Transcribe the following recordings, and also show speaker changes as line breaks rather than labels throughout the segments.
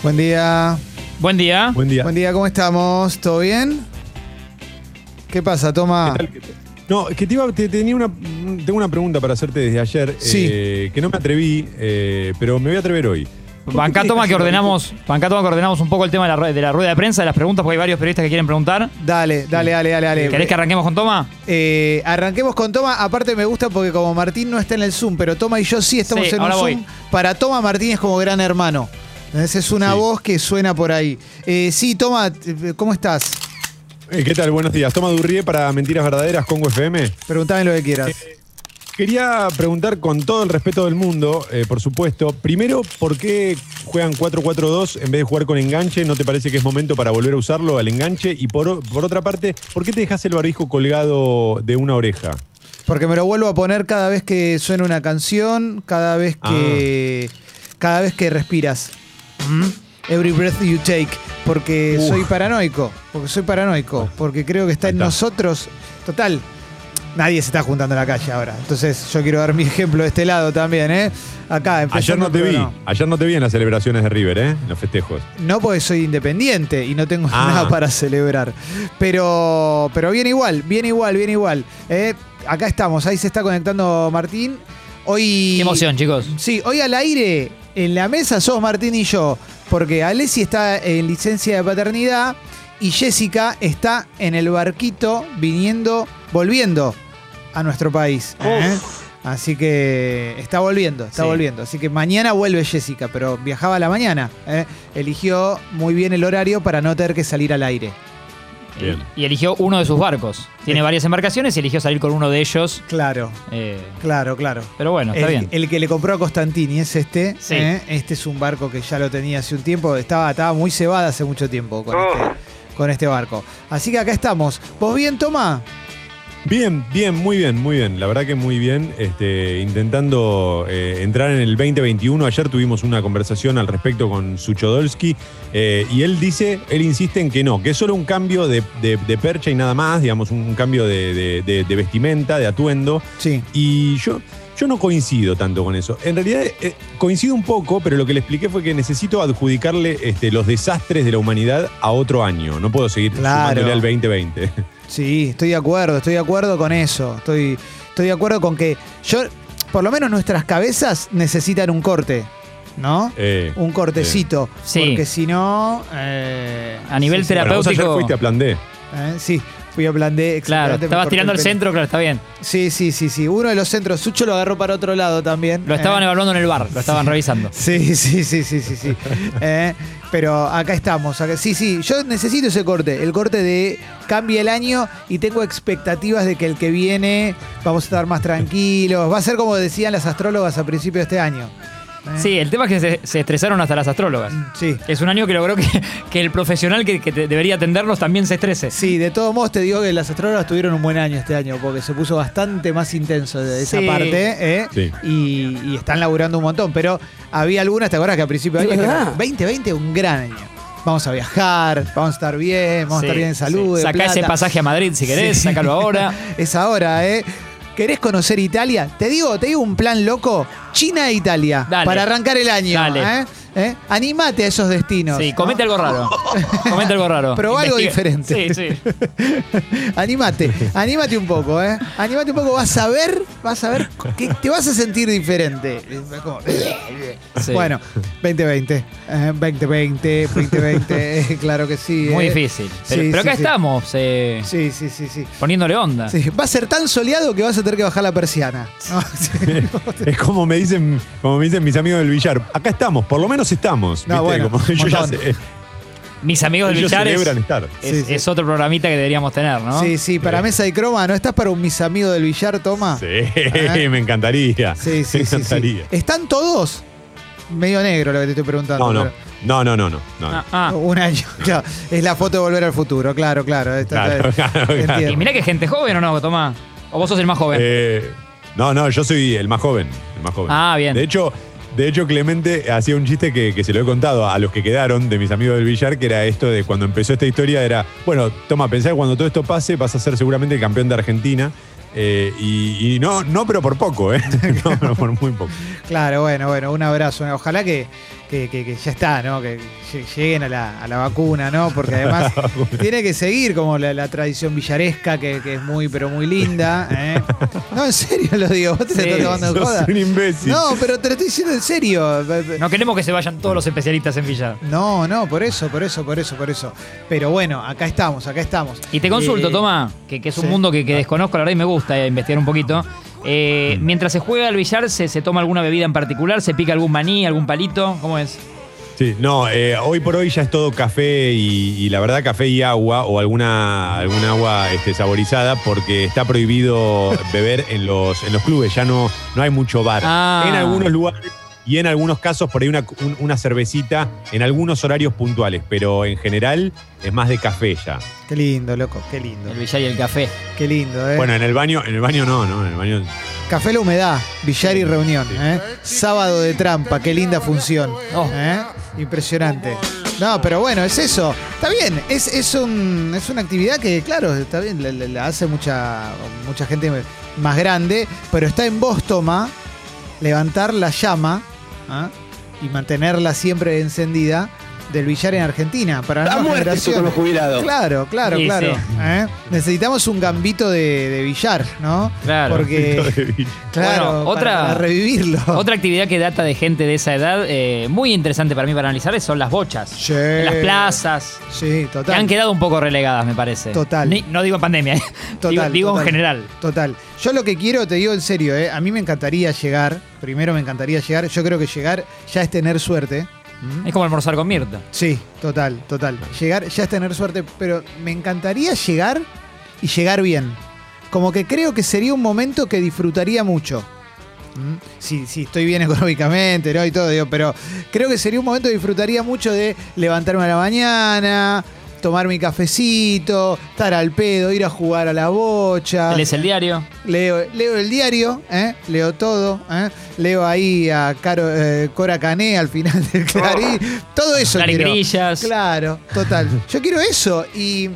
Buen día.
Buen día.
Buen día.
Ah, Buen día, ¿cómo estamos? ¿Todo bien? ¿Qué pasa, Toma?
¿Qué tal? ¿Qué tal? No, es que te iba- te tenía una, tengo una pregunta para hacerte desde ayer,
Sí.
eh, que no me atreví, eh, pero me voy a atrever hoy.
Acá toma que ordenamos, acá toma que ordenamos un poco el tema de la, ru- de la rueda de prensa, de las preguntas, porque hay varios periodistas que quieren preguntar.
Dale, dale, dale, dale, dale.
¿Querés que arranquemos con Toma?
Eh, arranquemos con Toma. Aparte me gusta porque como Martín no está en el Zoom, pero Toma y yo sí estamos
Sí,
en un
ahora voy.
Zoom. Para Toma Martín es como gran hermano. Entonces es una
Sí.
voz que suena por ahí. Eh, sí, Toma, eh, ¿cómo estás?
Eh, ¿Qué tal? Buenos días. Toma Durrié para Mentiras Verdaderas, Congo FM.
Preguntame lo que quieras.
Quería preguntar con todo el respeto del mundo, eh, por supuesto, primero, ¿por qué juegan 4-4-2 en vez de jugar con enganche? ¿No te parece que es momento para volver a usarlo al enganche? Y por, o- por otra parte, ¿por qué te dejas el barbijo colgado de una oreja?
Porque me lo vuelvo a poner cada vez que suena una canción, cada vez
Ah.
que. cada vez que respiras. Every breath you take. Porque
Mm. Uf. Ah.
soy paranoico. Porque soy paranoico. Porque creo que está
Ahí
en
está.
nosotros. Total. Nadie se está juntando en la calle ahora. Entonces yo quiero dar mi ejemplo de este lado también, ¿eh? Acá,
Ayer
empezando
no te
el
vi,
programa.
ayer no te vi en las celebraciones de River, ¿eh? En los festejos.
No porque soy independiente y no tengo
Ah.
nada para celebrar. Pero, pero bien igual, bien igual, bien igual. Eh, acá estamos, ahí se está conectando Martín. Hoy.
Qué emoción, chicos.
Sí, hoy al aire, en la mesa, sos Martín y yo. Porque Alessi está en licencia de paternidad y Jessica está en el barquito viniendo, volviendo a nuestro país. ¿eh? Así que está volviendo, está
Sí.
volviendo. Así que mañana vuelve Jessica, pero viajaba a la mañana. ¿eh? Eligió muy bien el horario para no tener que salir al aire.
Bien.
Y eligió uno de sus barcos. Tiene varias embarcaciones y eligió salir con uno de ellos.
Claro,
eh,
claro, claro.
pero bueno, está
el,
bien.
el que le compró a Constantini es este.
Sí.
¿eh? Este es un barco que ya lo tenía hace un tiempo. Estaba, estaba muy cebada hace mucho tiempo con, este, con este barco. Así que acá estamos. ¿Vos bien, Tomá?
Bien, bien, muy bien, muy bien. La verdad que muy bien. Este, intentando eh, entrar en el 2021. Ayer tuvimos una conversación al respecto con Suchodolski eh, y él dice, él insiste en que no, que es solo un cambio de, de- de percha y nada más, digamos, un cambio de, de- de- de vestimenta, de atuendo.
Sí.
Y yo, yo no coincido tanto con eso. En realidad eh, coincido un poco, pero lo que le expliqué fue que necesito adjudicarle este, los desastres de la humanidad a otro año. No puedo seguir
Claro.
sumándole al 2020.
Sí, estoy de acuerdo, estoy de acuerdo con eso. Estoy, estoy de acuerdo con que yo, por lo menos nuestras cabezas necesitan un corte, ¿no?
Eh,
Un cortecito.
Sí.
Porque si no. eh,
A nivel
sí,
Bueno, vos ayer
terapéutico.
fuiste a plan D.
eh, sí, fui a plan D.
claro,
exactamente, me
estabas
corté
tirando al
pelo.
centro, claro, está bien.
Sí, sí, sí, sí. Uno de los centros, Sucho lo agarró para otro lado también.
Lo estaban
eh.
evaluando en el bar, lo estaban revisando.
Sí, sí, sí, sí, sí, sí. Eh, pero acá estamos. acá- sí, sí, yo necesito ese corte. El corte de cambia el año y tengo expectativas de que el que viene vamos a estar más tranquilos. Va a ser como decían las astrólogas a principio de este año. Eh,
Sí, el tema es que se, se estresaron hasta las astrólogas.
Sí.
Es un año que logró que, que el profesional que, que te- debería atendernos también se estrese.
Sí, de todos modos te digo que las astrólogas tuvieron un buen año este año porque se puso bastante más intenso de esa
Sí.
parte ¿eh?
Sí.
y, y están laburando un montón. Pero había algunas, ¿te acuerdas que a principio de año dijeron, 2020 un gran año? Vamos a viajar, vamos a estar bien, vamos
Sí,
a estar bien en salud.
sí.
de
Sacá ese
plata".
pasaje a Madrid si querés,
Sí.
sacalo ahora.
Es ahora, ¿eh? ¿Querés conocer Italia? Te digo, te digo un plan loco. China e Italia.
Dale.
Para arrancar el año.
Dale.
¿eh? ¿Eh? Animate a esos destinos.
Sí,
¿no?
comete algo raro. Comete algo raro.
Probá algo diferente.
Sí, sí.
Anímate, anímate un poco, ¿eh? Anímate un poco, vas a ver, vas a ver que te vas a sentir diferente. Es como-
Sí.
Bueno, 2020, eh, 2020, 2020, eh, claro que sí.
Muy
eh.
difícil. Pero,
Sí,
pero
sí,
acá
sí.
estamos eh,
Sí, sí, sí, sí.
poniéndole onda.
Sí, Va a ser tan soleado que vas a tener que bajar la persiana. ¿no? Sí.
Es como me dicen, como me dicen mis amigos del billar. Acá estamos, por lo menos estamos.
No,
¿viste?
bueno,
Como
un
ellos ya
montón.
se- eh,
Mis amigos del
ellos
billar es,
celebran estar.
es-
Sí, sí.
es otro programita que deberíamos tener, ¿no?
Sí, sí, para
Sí.
mesa y croma, ¿no estás para un mis amigos del billar, toma?
Sí,
Ah.
me encantaría.
sí, sí, sí,
me
sí.
encantaría.
¿Están todos? Medio negro lo que te estoy preguntando.
No, no,
pero-
no, no, no, no.
Ah, ah.
Un año. claro. es la foto de volver al futuro, claro, claro. Está-
Claro,
está-
claro, claro.
entiendo.
Y mirá que gente joven o no, Tomás. O vos sos el más joven.
Eh, no, no, yo soy el más joven. El más joven.
Ah, bien.
De hecho, de hecho, Clemente hacía un chiste que, que se lo he contado a los que quedaron de mis amigos del billar, que era esto de cuando empezó esta historia, era, bueno, toma, pensá que cuando todo esto pase vas a ser seguramente el campeón de Argentina. Eh, y, y no, no, pero por poco, ¿eh? No, no, por muy poco.
Claro, bueno, bueno, un abrazo. Ojalá que, que, que- que ya está, ¿no? Que lle- lleguen a la, a la vacuna, ¿no? Porque además tiene que seguir como la, la tradición villaresca, que, que es muy, pero muy linda. ¿eh? No, en serio lo digo, vos te
Sí.
estás tomando de
Sos
joda.
un imbécil.
No, pero te lo estoy diciendo en serio.
No queremos que se vayan todos los especialistas en Villa.
No, no, por eso, por eso, por eso, por eso. Pero bueno, acá estamos, acá estamos.
Y te consulto,
Eh,
Toma, que, que es un
sí.
mundo que, que desconozco, la verdad, y me gusta eh, investigar un poquito. Eh,
Mm.
mientras se juega al billar, ¿se, se toma alguna bebida en particular? ¿Se pica algún maní, algún palito? ¿Cómo es?
Sí, no, eh, hoy por hoy ya es todo café y, y la verdad café y agua o alguna, alguna agua este, saborizada porque está prohibido beber en los, en los clubes, ya no, no hay mucho bar.
Ah.
En algunos lugares y en algunos casos por ahí una, un- una cervecita en algunos horarios puntuales, pero en general es más de café ya.
Qué lindo, loco, qué lindo.
El billar y el café.
Qué lindo, ¿eh?
Bueno, en el baño, en el baño no, ¿no? En el baño
Café La Humedad, Villar y Reunión.
Sí.
¿eh? Sábado de trampa, qué linda función.
Oh.
¿eh? Impresionante. No, pero bueno, es eso. Está bien, es, es, un- es una actividad que, claro, está bien, la, la- la hace mucha, mucha gente más grande, pero está en vos, Toma, levantar la llama ¿ah? y mantenerla siempre encendida del billar en Argentina. Para
A
nuevas
muerte eso con
generaciones.
los jubilados.
Claro, claro,
Sí,
claro.
sí.
¿eh? Necesitamos un gambito de, de billar, ¿no?
Claro.
Porque Claro,
Bueno, otra-
para revivirlo.
Otra actividad que data de gente de esa edad, eh, muy interesante para mí para analizar, son las bochas.
Sí.
En Las plazas.
Sí,
Que han
total.
quedado un poco relegadas, me parece.
Total.
Ni- no digo en pandemia, eh. digo,
Total,
digo
total.
en general.
Total. Yo lo que quiero, te digo en serio, eh, a mí me encantaría llegar. Primero me encantaría llegar. Yo creo que llegar ya es tener suerte. ¿Mm?
Es como almorzar con Mirta.
Sí, total, total. Llegar ya es tener suerte, pero me encantaría llegar y llegar bien. Como que creo que sería un momento que disfrutaría mucho. ¿Mm? Si si estoy bien económicamente, ¿no? Y todo, digo, pero creo que sería un momento que disfrutaría mucho de levantarme a la mañana, tomar mi cafecito, estar al pedo, ir a jugar a la bocha.
Él es el diario.
Leo, leo el diario, ¿eh? leo todo, ¿eh? leo ahí a Caro, eh, Cora Cané al final del
Oh.
Clarín, todo eso.
Clarín
quiero.
Grillas.
Claro, total. Yo quiero eso y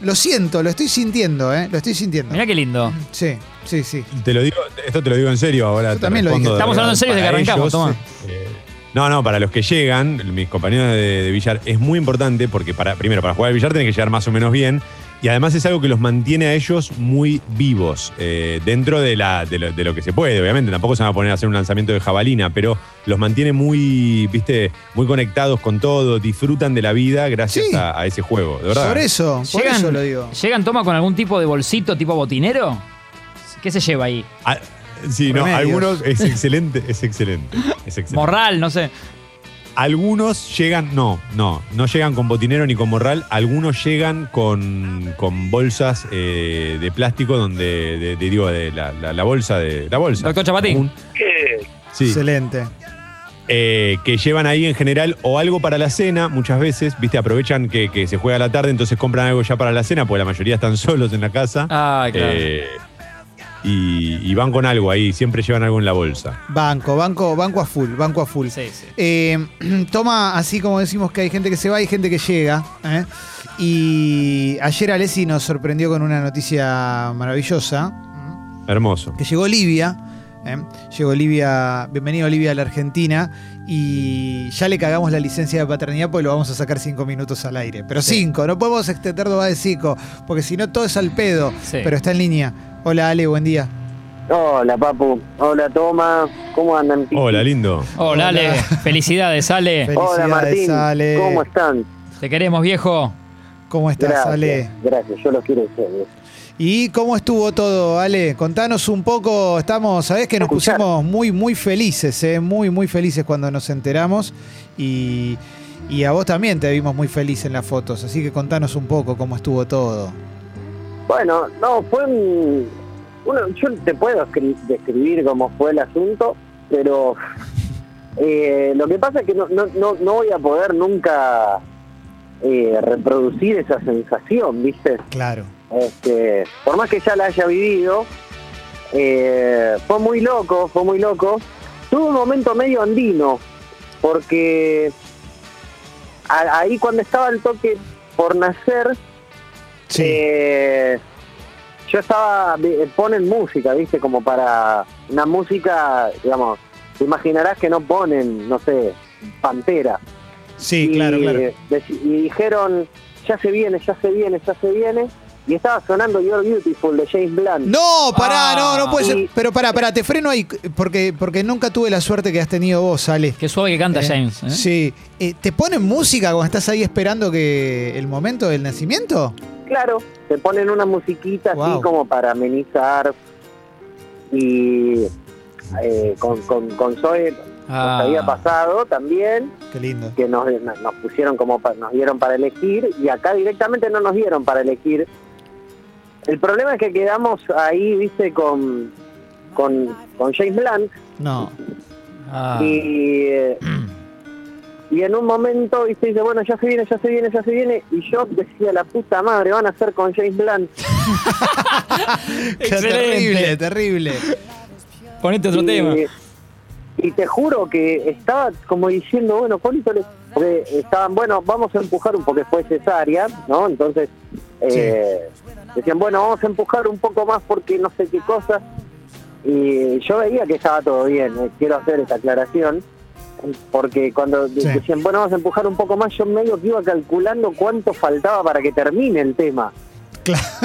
lo siento, lo estoy sintiendo, ¿eh? lo estoy sintiendo.
Mirá qué lindo.
Sí, sí, sí.
Te lo digo, esto te lo digo en serio ahora.
Yo
te
también lo
respondo
dije.
de
Estamos
verdad.
hablando en serio desde
Para
que arrancamos,
ellos, eh, no, no, para los que llegan, mis compañeros de, de billar, es muy importante porque para, primero, para jugar al billar tienen que llegar más o menos bien. Y además es algo que los mantiene a ellos muy vivos, eh, dentro de, la, de, lo, de lo que se puede, obviamente. Tampoco se van a poner a hacer un lanzamiento de jabalina, pero los mantiene muy, viste, muy conectados con todo, disfrutan de la vida gracias
Sí.
a, a ese juego, de verdad. ¿eh?
Por eso, por
Llegan-
eso lo digo.
¿Llegan toma con algún tipo de bolsito tipo botinero? ¿Qué se lleva ahí?
Ah, sí, no,
Remedios.
algunos es excelente, es excelente. Es excelente.
Morral, no sé.
Algunos llegan, no, no, no llegan con botinero ni con morral, algunos llegan con, con bolsas eh, de plástico donde, de- de- digo, de la, la- la bolsa de la bolsa.
Doctor Chapatín.
Un- Sí,
Excelente.
eh, que llevan ahí en general o algo para la cena, muchas veces, viste, aprovechan que, que se juega a la tarde, entonces compran algo ya para la cena, porque la mayoría están solos en la casa.
Ah, claro.
Eh, y, y van con algo ahí, siempre llevan algo en la bolsa.
Banco, banco, banco a full, banco a full.
Sí, sí.
Eh, toma, así como decimos que hay gente que se va y gente que llega. ¿eh? Y ayer Alessi nos sorprendió con una noticia maravillosa,
Hermoso.
que llegó Libia. ¿eh? Llegó Libia, bienvenido Libia a la Argentina. Y ya le cagamos la licencia de paternidad porque lo vamos a sacar cinco minutos al aire. Pero cinco, no podemos extenderlo más de cinco, porque si no todo es al pedo.
Sí.
Pero está en línea. Hola Ale, buen día.
Hola, Papu. Hola, Toma. ¿Cómo andan? Piqui?
Hola, lindo.
Hola.
Hola, Ale. Felicidades, Ale.
Hola,
Felicidades,
Martín.
Ale.
¿Cómo están?
Te queremos, viejo.
¿Cómo estás,
Gracias.
Ale?
Gracias, yo los quiero a ustedes.
¿Y cómo estuvo todo, Ale? Contanos un poco, estamos, sabés que nos
Escuchar.
pusimos muy, muy felices, ¿eh? muy, muy felices cuando nos enteramos y, y a vos también te vimos muy feliz en las fotos, así que contanos un poco cómo estuvo todo.
Bueno, no, fue un. uno- yo te puedo escri- describir cómo fue el asunto, pero. eh, lo que pasa es que no, no, no, no voy a poder nunca eh, reproducir esa sensación, ¿viste?
Claro.
Este, por más que ya la haya vivido, eh, fue muy loco, fue muy loco. Tuve un momento medio andino, porque a- ahí cuando estaba el toque por nacer,
Sí.
eh, yo estaba, eh, ponen música, viste, como para una música, digamos, te imaginarás que no ponen, no sé, Pantera.
Sí,
y, eh,
claro, claro.
deci- y dijeron, ya se viene, ya se viene, ya se viene. Y estaba sonando You're Beautiful de James Blunt.
No, pará,
Ah.
no, no puede ser.
Y-
Pero pará, pará, te freno ahí porque, porque nunca tuve la suerte que has tenido vos, Ale.
Qué suave que canta
Eh,
James. ¿eh?
Sí. Eh, ¿Te ponen música cuando estás ahí esperando que el momento del nacimiento?
Claro, te ponen una musiquita
Wow.
así como para amenizar. Y eh, con, con, con Zoe
Ah.
nos había pasado también,
Qué lindo.
que nos, nos pusieron como, pa- nos dieron para elegir. Y acá directamente no nos dieron para elegir. El problema es que quedamos ahí, viste, con, con, con James Blunt.
No.
Ah.
Y, eh, y en un momento, viste, dice, bueno, ya se viene, ya se viene, ya se viene. Y yo decía, la puta madre, van a hacer con James Blunt.
Qué Terrible, terrible.
Ponete otro
y,
tema.
y te juro que estaba como diciendo, bueno, Polito, le- porque estaban, bueno, vamos a empujar un poco, fue cesárea, ¿no? Entonces, eh, decían, bueno, vamos a empujar un poco más porque no sé qué cosa. Y yo veía que estaba todo bien, eh, quiero hacer esta aclaración. Porque cuando de-
Sí.
decían, bueno, vamos a empujar un poco más, yo medio que iba calculando cuánto faltaba para que termine el tema.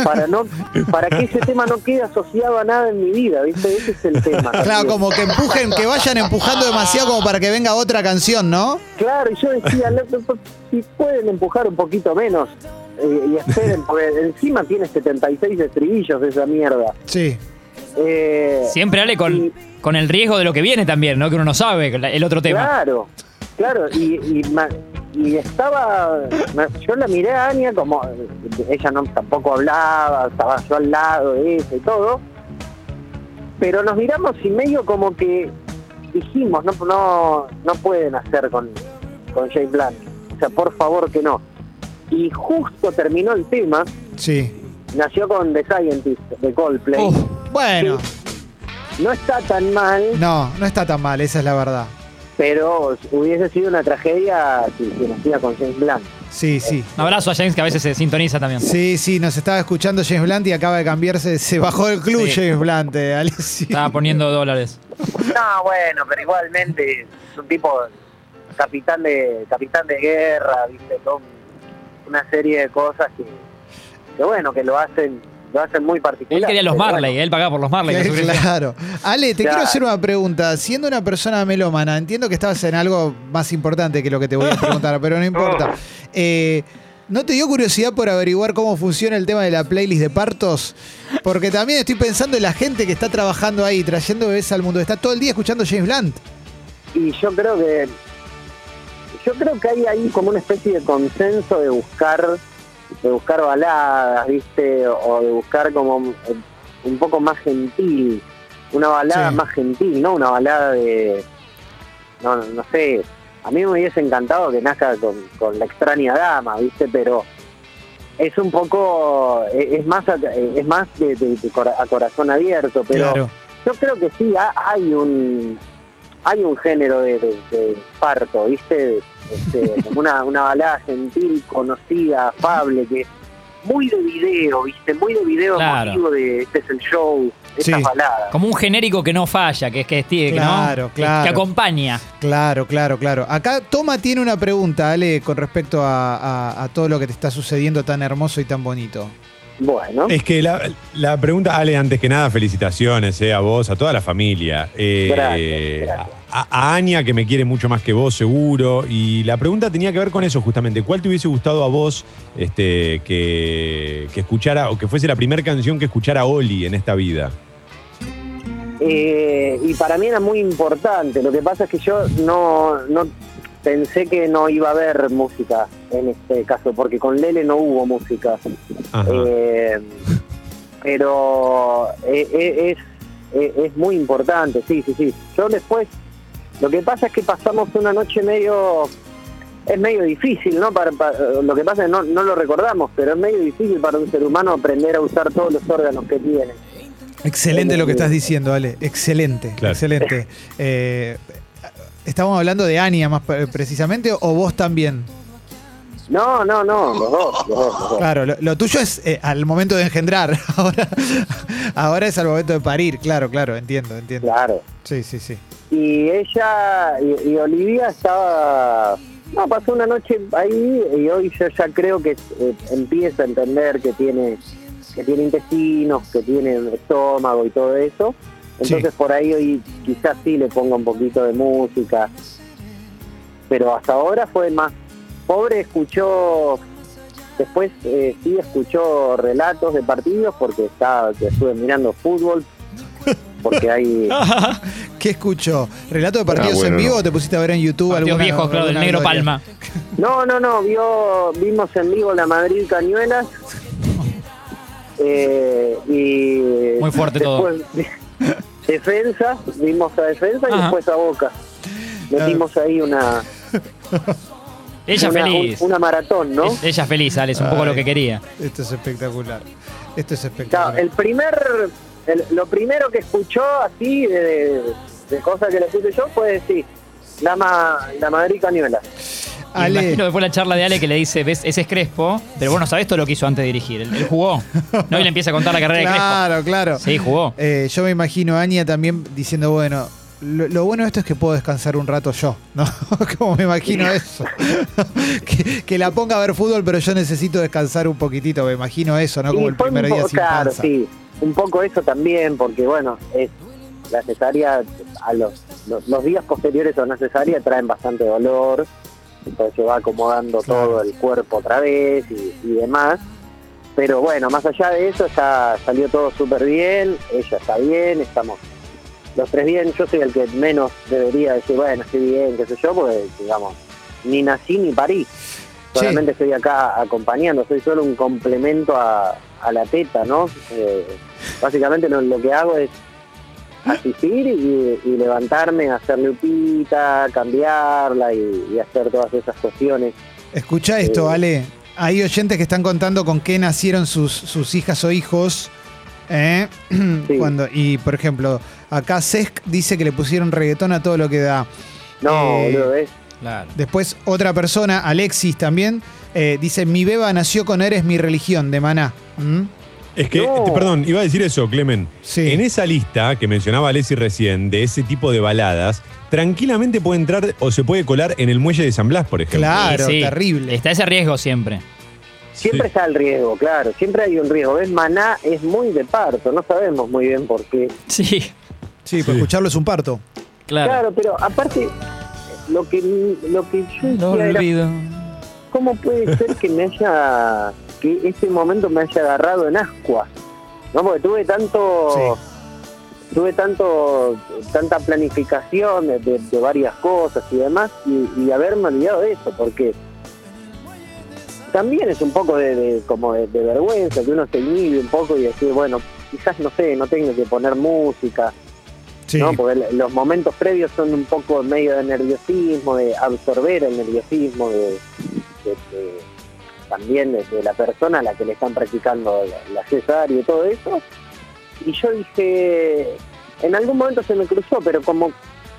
Para no para que ese tema no quede asociado a nada en mi vida, ¿viste? Ese es el tema.
Claro, como que empujen, que vayan empujando demasiado como para que venga otra canción, ¿no?
Claro, y yo decía, "No, no, no, si pueden empujar un poquito menos eh, y esperen, porque encima tiene 76 estribillos esa mierda.
Sí.
Eh,
Siempre Ale con,
y-
con el riesgo de lo que viene también, ¿no? Que uno no sabe la- el otro tema.
Claro, claro, y, y, ma- y estaba, ma- yo la miré a Ania como, ella no tampoco hablaba, estaba yo al lado de ella y todo, pero nos miramos y medio como que dijimos, no, no, no pueden hacer con, con Jay Black, o sea, por favor que no. Y justo terminó el tema,
Sí.
nació con The Scientist de Coldplay.
Uf, bueno,
No está tan mal,
no, no está tan mal, esa es la verdad.
pero hubiese sido una tragedia si si nacía con James Blunt.
Sí, sí.
Un abrazo a James que a veces se sintoniza también.
Sí, sí, nos estaba escuchando James Blunt y acaba de cambiarse, se bajó del club
Sí.
James Blunt, eh, Alessi.
Estaba poniendo dólares.
No, bueno, pero igualmente es un tipo capitán de capitán de guerra, viste, con una serie de cosas que, que bueno, que lo hacen lo hacen muy particular.
Él quería los
Pero
Marley, él pagaba por los Marley. la suscripción.
Claro. Ale, te
Claro.
quiero hacer una pregunta. Siendo una persona melómana, entiendo que estabas en algo más importante que lo que te voy a preguntar, pero no importa. Eh, ¿No te dio curiosidad por averiguar cómo funciona el tema de la playlist de partos? Porque también estoy pensando en la gente que está trabajando ahí, trayendo bebés al mundo. Está todo el día escuchando James Blunt.
bueno, y yo creo que yo creo que hay ahí como una especie de consenso de buscar de buscar baladas, viste, o de buscar como eh, un poco más gentil, una balada
Sí.
más gentil, no una balada de no, no sé, a mí me hubiese encantado que nazca con, con la extraña dama, ¿viste? Pero es un poco, e- es más, a- es más de, de- de cora- a corazón abierto, pero yo creo que sí, ha- hay un hay un género de, de- de parto, ¿viste? Este, como una, una balada gentil, conocida, afable, que muy de video, ¿viste? Muy de video
Claro.
emotivo de este es el show, estas
Sí.
baladas.
Como un genérico que no falla, que es que esté,
Claro,
¿no? Que-
claro.
Que acompaña.
Claro, claro, claro. Acá Toma tiene una pregunta, Ale, con respecto a, a- a todo lo que te está sucediendo tan hermoso y tan bonito.
Bueno,
Es que la, la pregunta, Ale, antes que nada, felicitaciones eh, a vos, a toda la familia. Eh,
Gracias, gracias.
A, a Ania, que me quiere mucho más que vos, seguro. Y la pregunta tenía que ver con eso, justamente. ¿Cuál te hubiese gustado a vos este, que, que escuchara o que fuese la primera canción que escuchara Oli en esta vida?
eh, y para mí era muy importante, lo que pasa es que yo no, no pensé que no iba a haber música en este caso, porque con Lele no hubo música.
Ajá.
Eh, pero eh, eh, es, eh, es muy importante, sí, sí, sí. Yo después, lo que pasa es que pasamos una noche medio, es medio difícil, ¿no? Para, para- lo que pasa es que no, no lo recordamos, pero es medio difícil para un ser humano aprender a usar todos los órganos que tiene.
Excelente lo que estás diciendo, Ale. Excelente,
Claro.
excelente. Eh, ¿Estamos hablando de Ania más pre- precisamente o vos también?
No, no, no, los dos, los dos, los dos.
Claro, lo, lo tuyo es eh, al momento de engendrar. Ahora, ahora es al momento de parir. Claro, claro, entiendo, entiendo.
Claro.
Sí, sí, sí.
y ella y, y Olivia estaba no pasó una noche ahí y hoy yo ya creo que eh, empieza a entender que tiene que tiene intestinos que tiene estómago y todo eso entonces
Sí.
por ahí hoy quizás sí le ponga un poquito de música pero hasta ahora fue más pobre escuchó después eh, sí escuchó relatos de partidos porque estaba que estuve mirando fútbol porque hay
¿Qué escucho? ¿Relato de partidos
Ah, bueno,
en vivo
no.
o te pusiste a ver en YouTube
Partidos
alguna-
viejos, claro, del
alguna
negro
gloria?
Palma.
No, no, no, vio, vimos en vivo la Madrid Cañuelas. Eh, y
Muy fuerte
todo. defensa, vimos a defensa y
Ajá.
después a Boca.
Claro.
Metimos ahí una,
Ella
una,
feliz.
un- una maratón, ¿no?
Es- Ella feliz, Ale, es un poco
Ay.
lo que quería.
Esto es espectacular. Esto es
Claro,
espectacular.
el primer, el- lo primero que escuchó así de, de cosas que le puse yo fue decir, la, ma- la Madrid Cañuelas.
Ale,
Imagino que fue la charla de Ale que le dice, ves, ese es Crespo, pero bueno, sabes todo lo que hizo antes de dirigir. Él, él jugó. No, y le empieza a contar la carrera
claro, claro.
de Crespo. Sí, jugó.
Eh, yo me imagino a Ania también diciendo, bueno, lo, lo bueno de esto es que puedo descansar un rato yo, ¿no? Como me imagino eso. que, que la ponga a ver fútbol, pero yo necesito descansar un poquitito, me imagino eso, ¿no? Como
Y
el
fue un
primer día
poco-
sin
claro,
panza.
sí, un poco eso también, porque bueno, es la cesárea, a los, los, los días posteriores a una cesárea traen bastante dolor, entonces se va acomodando
Claro.
todo el cuerpo otra vez y, y demás. Pero bueno, más allá de eso, está, salió todo súper bien, ella está bien, estamos los tres bien. Yo soy el que menos debería decir, bueno, estoy bien, qué sé yo, porque digamos, ni nací ni parí. Solamente estoy acá acompañando, soy solo un complemento a, a la teta, ¿no? Eh, básicamente lo, lo que hago es asistir y, y levantarme, hacer lupita, cambiarla y, y hacer todas esas cuestiones.
Escucha esto,
Eh.
Ale. Hay oyentes que están contando con qué nacieron sus, sus hijas o hijos. ¿eh? Cuando, y por ejemplo, acá Sesc dice que le pusieron reggaetón a todo lo que da.
No,
Eh.
boludo, es
Claro.
Después otra persona, Alexis también, eh, dice, mi beba nació con Eres mi religión, de Maná. ¿Mm?
Es que,
No.
este, perdón, iba a decir eso, Clemen.
Sí.
En esa lista que mencionaba Alessi recién, de ese tipo de baladas, tranquilamente puede entrar o se puede colar en el muelle de San Blas, por ejemplo.
Claro,
Sí, sí.
terrible.
Está ese riesgo siempre.
Siempre
Sí.
está el riesgo, claro, siempre hay un riesgo. ¿Ves? Maná es muy de parto, no sabemos muy bien por qué.
Sí,
Sí, pero
Sí.
escucharlo es un parto.
claro.
Claro, pero aparte, lo que, lo que yo
No
decía era,
olvido.
¿cómo puede ser que me haya, que este momento me haya agarrado en ascuas? No, porque tuve tanto, tuve tanto, tanta planificación de, de- de varias cosas y demás, y, y haberme olvidado de eso, porque también es un poco de, de- como de, de vergüenza que uno se inhibe un poco y decir, bueno, quizás no sé, no tengo que poner música,
Sí.
¿no? pues. Porque l- los momentos previos son un poco en medio de nerviosismo, de absorber el nerviosismo, de, de- de- también de, de la persona a la que le están practicando la, la cesárea y todo eso. Y yo dije, en algún momento se me cruzó, pero como,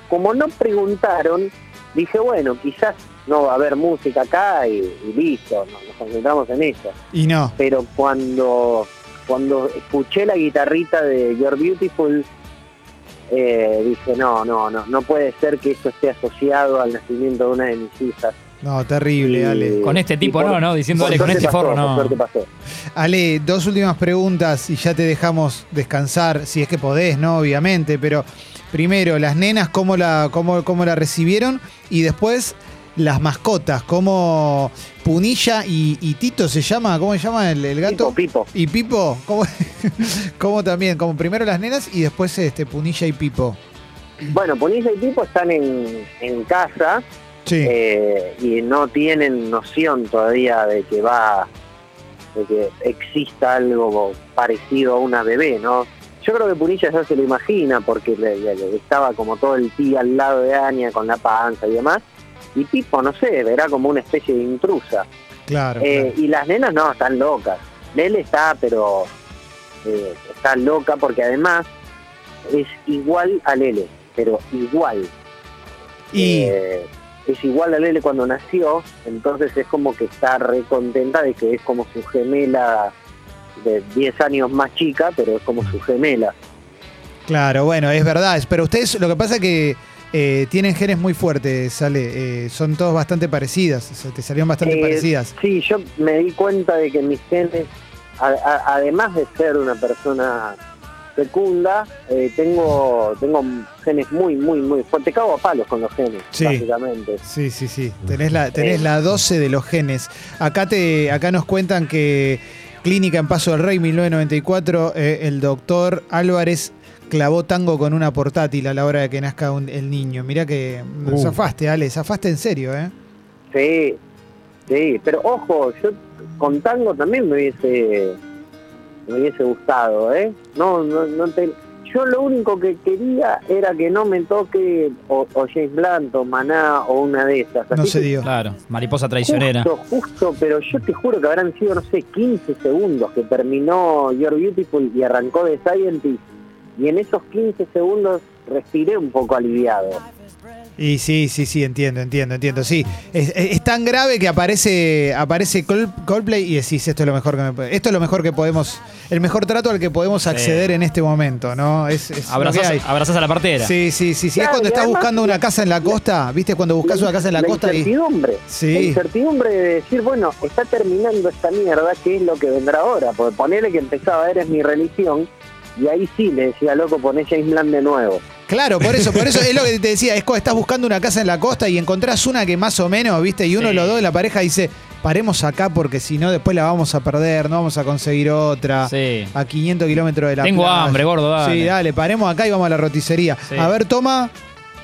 como no preguntaron, dije, bueno, quizás no va a haber música acá y, y listo, no- nos concentramos en eso
Y no.
pero cuando cuando escuché la guitarrita de Your Beautiful eh, dije no no no no puede ser que esto esté asociado al nacimiento de una de mis hijas
No, terrible,
Y-
Ale.
Con este tipo
y por-
no, ¿no? Diciéndole,
por
con este
suerte
forro
pasó, por
no.
suerte pasó.
Ale, dos últimas preguntas y ya te dejamos descansar, si es que podés, ¿no? Obviamente, pero primero, las nenas, ¿cómo la, cómo, cómo la recibieron? Y después, las mascotas, ¿cómo Punilla y, y Tito se llama? ¿Cómo se llama el, el gato?
Pipo, Pipo.
¿Y Pipo? ¿Cómo, cómo también? Como primero las nenas y después este Punilla y Pipo.
bueno Ponilla y Pipo están en, en casa
Sí.
eh, y no tienen noción todavía de que va de que exista algo parecido a una bebé no yo creo que Punilla ya se lo imagina porque le- le- le estaba como todo el día al lado de Ania con la panza y demás y Pipo no sé verá como una especie de intrusa
claro.
Eh, y las nenas no están locas Lele está pero eh, está loca porque además es igual a Lele pero igual
claro. Y
eh, es igual a Lele cuando nació, entonces es como que está re contenta de que es como su gemela de 10 años más chica, pero es como su gemela.
Claro, bueno, es verdad. es- Pero ustedes, lo que pasa es que eh, tienen genes muy fuertes, sale. eh, son todos bastante parecidas, o sea, te salieron bastante
Eh,
parecidas.
Sí, yo me di cuenta de que mis genes, a- a- además de ser una persona fecunda, eh, tengo tengo genes muy, muy, muy fuertes. Te cago a palos con los genes,
Sí.
básicamente.
Sí, sí, sí. Tenés la, tenés la 12 de los genes. Acá, te, acá nos cuentan que Clínica en Paso del Rey, 1994, eh, el doctor Álvarez clavó tango con una portátil a la hora de que nazca un- el niño. Mirá que
Uh.
zafaste, Ale, zafaste en serio, ¿eh?
Sí, sí, pero ojo, yo con tango también me hubiese, me hubiese gustado, ¿eh? No, no, no te- yo lo único que quería era que no me toque o, o James Blunt o Maná o una de esas.
No
Así
se
que
dio.
Claro, mariposa traicionera.
Justo, justo, pero yo te juro que habrán sido, no sé, 15 segundos que terminó Your Beautiful y arrancó The Scientist. Y en esos 15 segundos respiré un poco aliviado.
Y sí, sí, sí, entiendo, entiendo, entiendo. Sí, es, es- es tan grave que aparece, aparece Col- Coldplay y decís, esto es lo mejor que me puede- esto es lo mejor que podemos, el mejor trato al que podemos acceder en este momento, ¿no? Es, es lo que hay.
Abrazás, abrazás a la partera.
Sí, sí, sí, sí. Es
Claro,
cuando
y
estás
además-
buscando una casa en la costa, ¿viste? Cuando buscas una casa en la, costa y.
incertidumbre.
Sí.
La incertidumbre de decir, bueno, está terminando esta mierda, ¿qué es lo que vendrá ahora? Porque ponele que empezaba, eres mi religión, y ahí sí le decía, loco, poné James Blunt de nuevo.
Claro, por eso, por eso es lo que te decía, es cuando estás buscando una casa en la costa y encontrás una que más o menos, ¿viste? Y uno de
Sí.
los dos de la pareja dice, paremos acá porque si no, después la vamos a perder, no vamos a conseguir otra.
Sí.
A 500 kilómetros de la
Tengo
playa.
hambre, gordo, dale.
Sí, dale, paremos acá y vamos a la roticería.
Sí.
A ver, toma.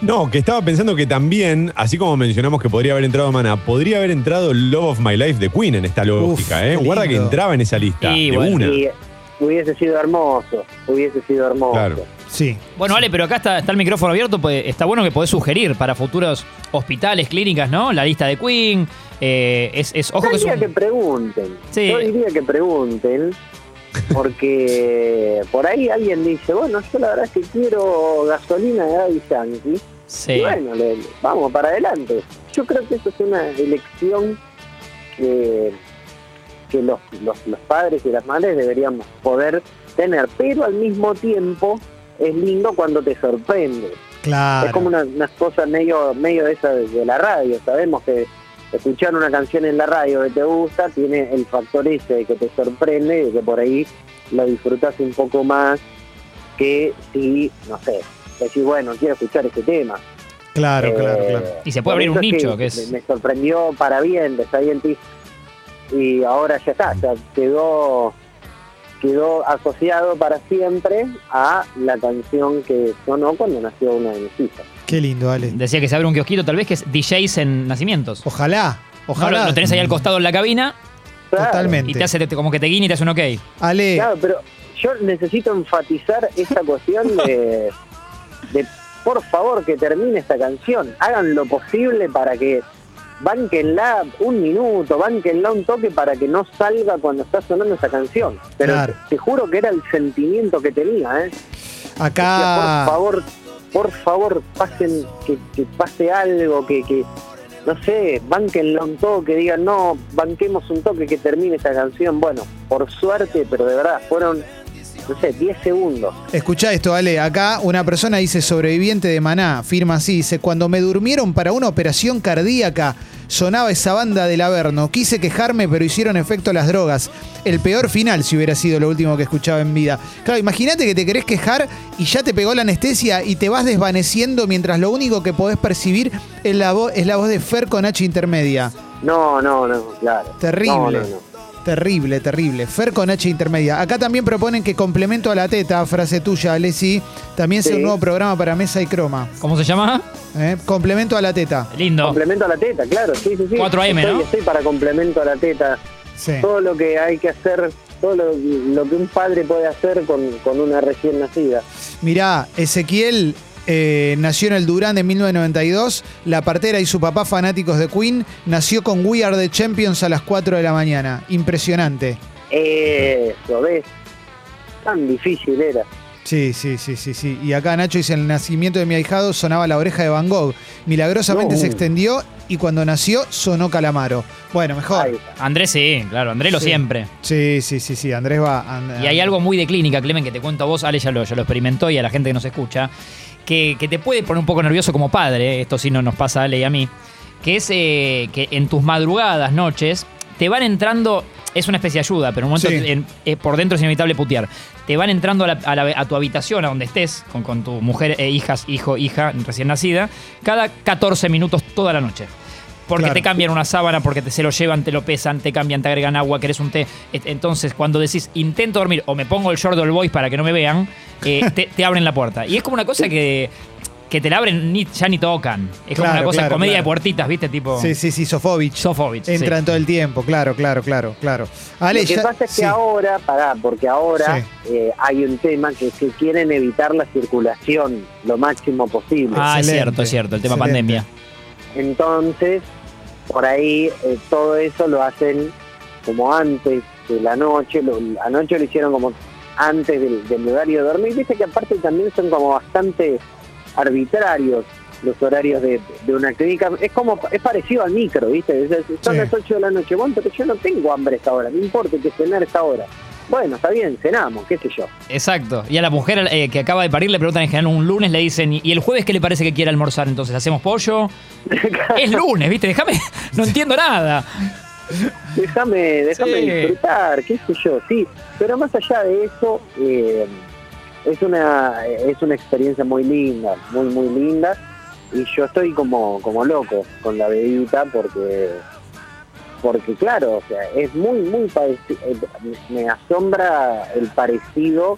No, que estaba pensando que también, así como mencionamos que podría haber entrado Maná, podría haber entrado Love of My Life de Queen en esta lógica, ¿eh?
qué
Guarda que
lindo.
entraba en esa lista.
Y
de
bueno,
una.
Y hubiese sido hermoso, hubiese sido hermoso.
Claro.
Sí.
Bueno, Ale, pero acá está, está el micrófono abierto. pues, está bueno que podés sugerir para futuros hospitales, clínicas, ¿no? La lista de Queen. eh, es, es- ojo
Yo
que es
diría
un-
que pregunten.
Sí.
Yo diría que pregunten. Porque por ahí alguien dice, bueno, yo la verdad es que quiero gasolina de Daddy Yankee. Y
Sí.
bueno, le- le- vamos para adelante. Yo creo que eso es una elección que, que los, los- los padres y las madres deberíamos poder tener. Pero al mismo tiempo es lindo cuando te sorprende.
Claro.
Es como una, una cosa medio, medio de esa de, de la radio. Sabemos que escuchar una canción en la radio que te gusta tiene el factor ese de que te sorprende, de que por ahí lo disfrutas un poco más que si, no sé, decís, bueno, quiero escuchar este tema.
Claro, claro,
Eh,
claro.
Y se puede abrir
por
un
eso
nicho, que es-
Me, me sorprendió para bien de Scientist y ahora ya está, ya quedó quedó asociado para siempre a la canción que sonó cuando nació una de mis hijas.
Qué lindo, Ale.
Decía que se abre un kiosquito, tal vez que es DJs en nacimientos.
Ojalá,
No,
ojalá.
lo, lo tenés ahí al costado en la cabina
Claro,
Totalmente.
y te hace te- te- como que te guiña y te hace un ok.
Ale,
Claro, pero yo necesito enfatizar esta cuestión de, de, por favor que termine esta canción, hagan lo posible para que banquenla un minuto, banquenla un toque para que no salga cuando está sonando esta canción. Pero
Claro.
te, te juro que era el sentimiento que tenía, ¿eh? Decía,
acá.
Por favor, por favor, pasen, que, que pase algo, que, que, no sé, banquenla un toque, digan, no, banquemos un toque que termine esta canción. Bueno, por suerte, pero de verdad, fueron, no sé, 10 segundos.
Escucha esto, Ale. Acá una persona dice sobreviviente de Maná, firma así, dice, cuando me durmieron para una operación cardíaca, sonaba esa banda del Averno. Quise quejarme, pero hicieron efecto las drogas. El peor final si hubiera sido lo último que escuchaba en vida. Claro, imagínate que te querés quejar y ya te pegó la anestesia y te vas desvaneciendo mientras lo único que podés percibir es la, vo- es la voz de Fer con H intermedia.
No, no, no, claro.
Terrible.
No, no, no.
Terrible, terrible. Fer con H intermedia. Acá también proponen que complemento a la teta, frase tuya, Alessi, también sea
Sí.
un nuevo programa para mesa y croma.
¿Cómo se llama?
¿eh? Complemento a la teta.
Lindo.
Complemento a la teta, claro, sí, sí, sí.
4M,
estoy,
¿no?
estoy para complemento a la teta.
Sí.
Todo lo que hay que hacer, todo lo, lo que un padre puede hacer con, con una recién nacida.
Mirá, Ezequiel eh, nació en el Durán en 1992. La partera y su papá, fanáticos de Queen, nació con We Are the Champions a las 4 de la mañana. Impresionante.
Eso, ¿ves? Tan difícil era.
Sí, sí, sí, sí, sí. Y acá Nacho dice, en el nacimiento de mi ahijado sonaba la oreja de Van Gogh. Milagrosamente
No.
se extendió y cuando nació sonó Calamaro. Bueno, mejor.
Ahí está.
Andrés sí, claro, Andrés lo
Sí.
siempre.
Sí, sí, sí, sí. Andrés va. And-
Y hay algo muy de clínica, Clemen, que te cuento a vos, Ale ya lo, ya lo experimentó y a la gente que nos escucha, que, que te puede poner un poco nervioso como padre, eh, esto sí no nos pasa a Ale y a mí, que es eh, que en tus madrugadas, noches, te van entrando, es una especie de ayuda, pero en un momento
Sí.
en- eh, por dentro es inevitable putear, te van entrando a, la- a la- a tu habitación, a donde estés, con, con tu mujer, e hijas, hijo, hija recién nacida, cada 14 minutos toda la noche. Porque
Claro.
te cambian una sábana, porque te, se lo llevan, te lo pesan, te cambian, te agregan agua, querés un té. Et- Entonces, cuando decís intento dormir o me pongo el short o el boys para que no me vean, eh, te, te abren la puerta. Y es como una cosa que, que te la abren, ni, ya ni tocan. Es como
Claro,
una cosa
claro,
comedia
claro.
de puertitas, ¿viste? Tipo
Sí, sí, sí, Sofovich.
Sofovich. sí.
Entran todo el tiempo, claro, claro, claro, claro. Ale,
Lo que
ya-
pasa es que
sí.
ahora, pará, porque ahora eh, hay un tema que, que quieren evitar la circulación lo máximo posible.
Ah, es
Excelente,
cierto, es cierto, el tema
excelente.
pandemia.
Entonces, por ahí eh, todo eso lo hacen como antes de la noche, lo- anoche lo hicieron como antes del, del horario de dormir. Viste que aparte también son como bastante arbitrarios los horarios de, de una clínica. Es como es parecido al micro, ¿viste? Es- es- son
Sí.
las 8 de la noche. Bueno, pero yo no tengo hambre a esta hora, no importa que cenar a esta hora. Bueno, está bien, cenamos, qué sé yo.
Exacto. Y a la mujer eh, que acaba de parir le preguntan en general un lunes, le dicen, ¿y el jueves qué le parece que quiere almorzar? Entonces, ¿hacemos pollo? es lunes, ¿viste? Déjame, no entiendo nada.
Déjame, déjame
Sí.
disfrutar, qué sé yo, sí. Pero más allá de eso, eh, es una es una experiencia muy linda, muy, muy linda. Y yo estoy como, como loco con la bebida porque, porque claro, o sea, es muy, muy parecido. Me asombra el parecido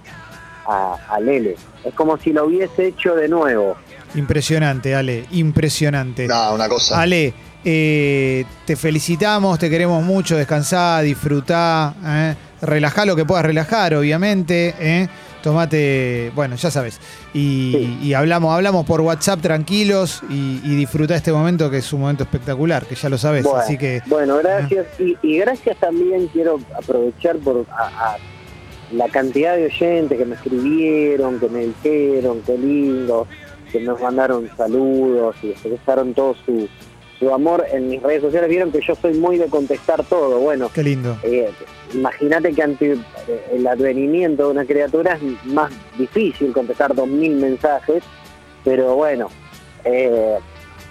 a, a Lele. Es como si lo hubiese hecho de nuevo.
Impresionante, Ale, impresionante.
No, una cosa.
Ale, eh, te felicitamos, te queremos mucho, descansá, disfrutá, ¿eh? relajá lo que puedas relajar, obviamente, ¿eh? tomate, bueno, ya sabes, y,
Sí.
y hablamos, hablamos por WhatsApp tranquilos y, y disfrutá este momento que es un momento espectacular, que ya lo sabes,
Bueno,
así que
bueno, gracias. Y, y gracias también quiero aprovechar por a- a la cantidad de oyentes que me escribieron, que me dijeron, qué lindo, que nos mandaron saludos y expresaron todo su, su amor en mis redes sociales. Vieron que yo soy muy de contestar todo. Bueno,
qué lindo.
eh, imagínate que ante eh, el advenimiento de una criatura es más difícil contestar 2.000 mensajes, pero bueno, eh,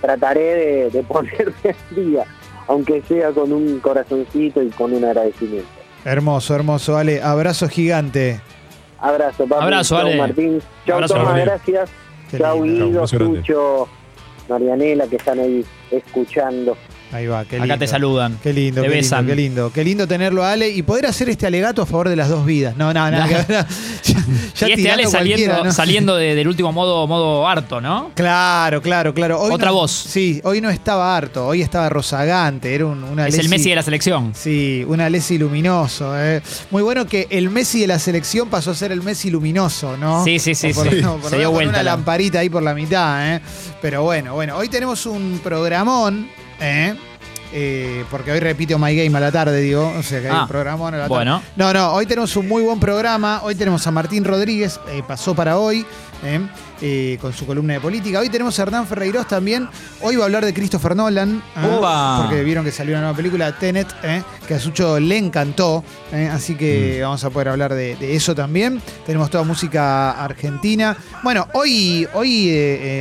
trataré de, de ponerme al día, aunque sea con un corazoncito y con un agradecimiento.
Hermoso, hermoso, Ale, abrazo gigante.
Abrazo, Pablo.
Abrazo, Ale.
Martín. Chau,
Abrazo,
Tomás,
Ale.
gracias.
Qué
Chau,
lindo.
Chau,
Guido,
abrazo grande.
Sucho, Marianela, que están ahí escuchando.
Ahí va, qué lindo.
Acá te saludan.
Qué lindo,
Te
qué lindo,
besan.
qué lindo. Qué lindo tenerlo a Ale y poder hacer este alegato a favor de las dos vidas. No, no, no. que- ya, ya
y este
tirando
Ale saliendo,
cualquiera, ¿no?
saliendo de- del último modo, modo harto, ¿no?
Claro, claro, claro. Hoy
Otra
no-
voz.
Sí, hoy no estaba harto, hoy estaba rozagante, era un, una
Es el
Alessi-
Messi de la selección.
Sí, un Alessi luminoso. eh. Muy bueno que el Messi de la selección pasó a ser el Messi luminoso, ¿no?
Sí, sí, sí,
O por lo
sí.
menos- por
Se
lo
dio
menos con
vuelta
Una
la-
lamparita ahí por la mitad, ¿eh? Pero bueno, bueno, hoy tenemos un programón, ¿eh? Eh, porque hoy repito My Game a la tarde, digo. O sea que hay
Ah,
un programón a la tarde.
bueno.
No, no, hoy tenemos un muy buen programa. Hoy tenemos a Martín Rodríguez, eh, pasó para hoy. ¿eh? Eh, con su columna de política. Hoy tenemos a Hernán Ferreiros también. Hoy va a hablar de Christopher Nolan. ¿ah?
Upa.
Porque vieron que salió una nueva película, Tenet, ¿eh? que a Sucho le encantó. ¿eh? Así que vamos a poder hablar de, de eso también. Tenemos toda música argentina. Bueno, hoy, hoy eh,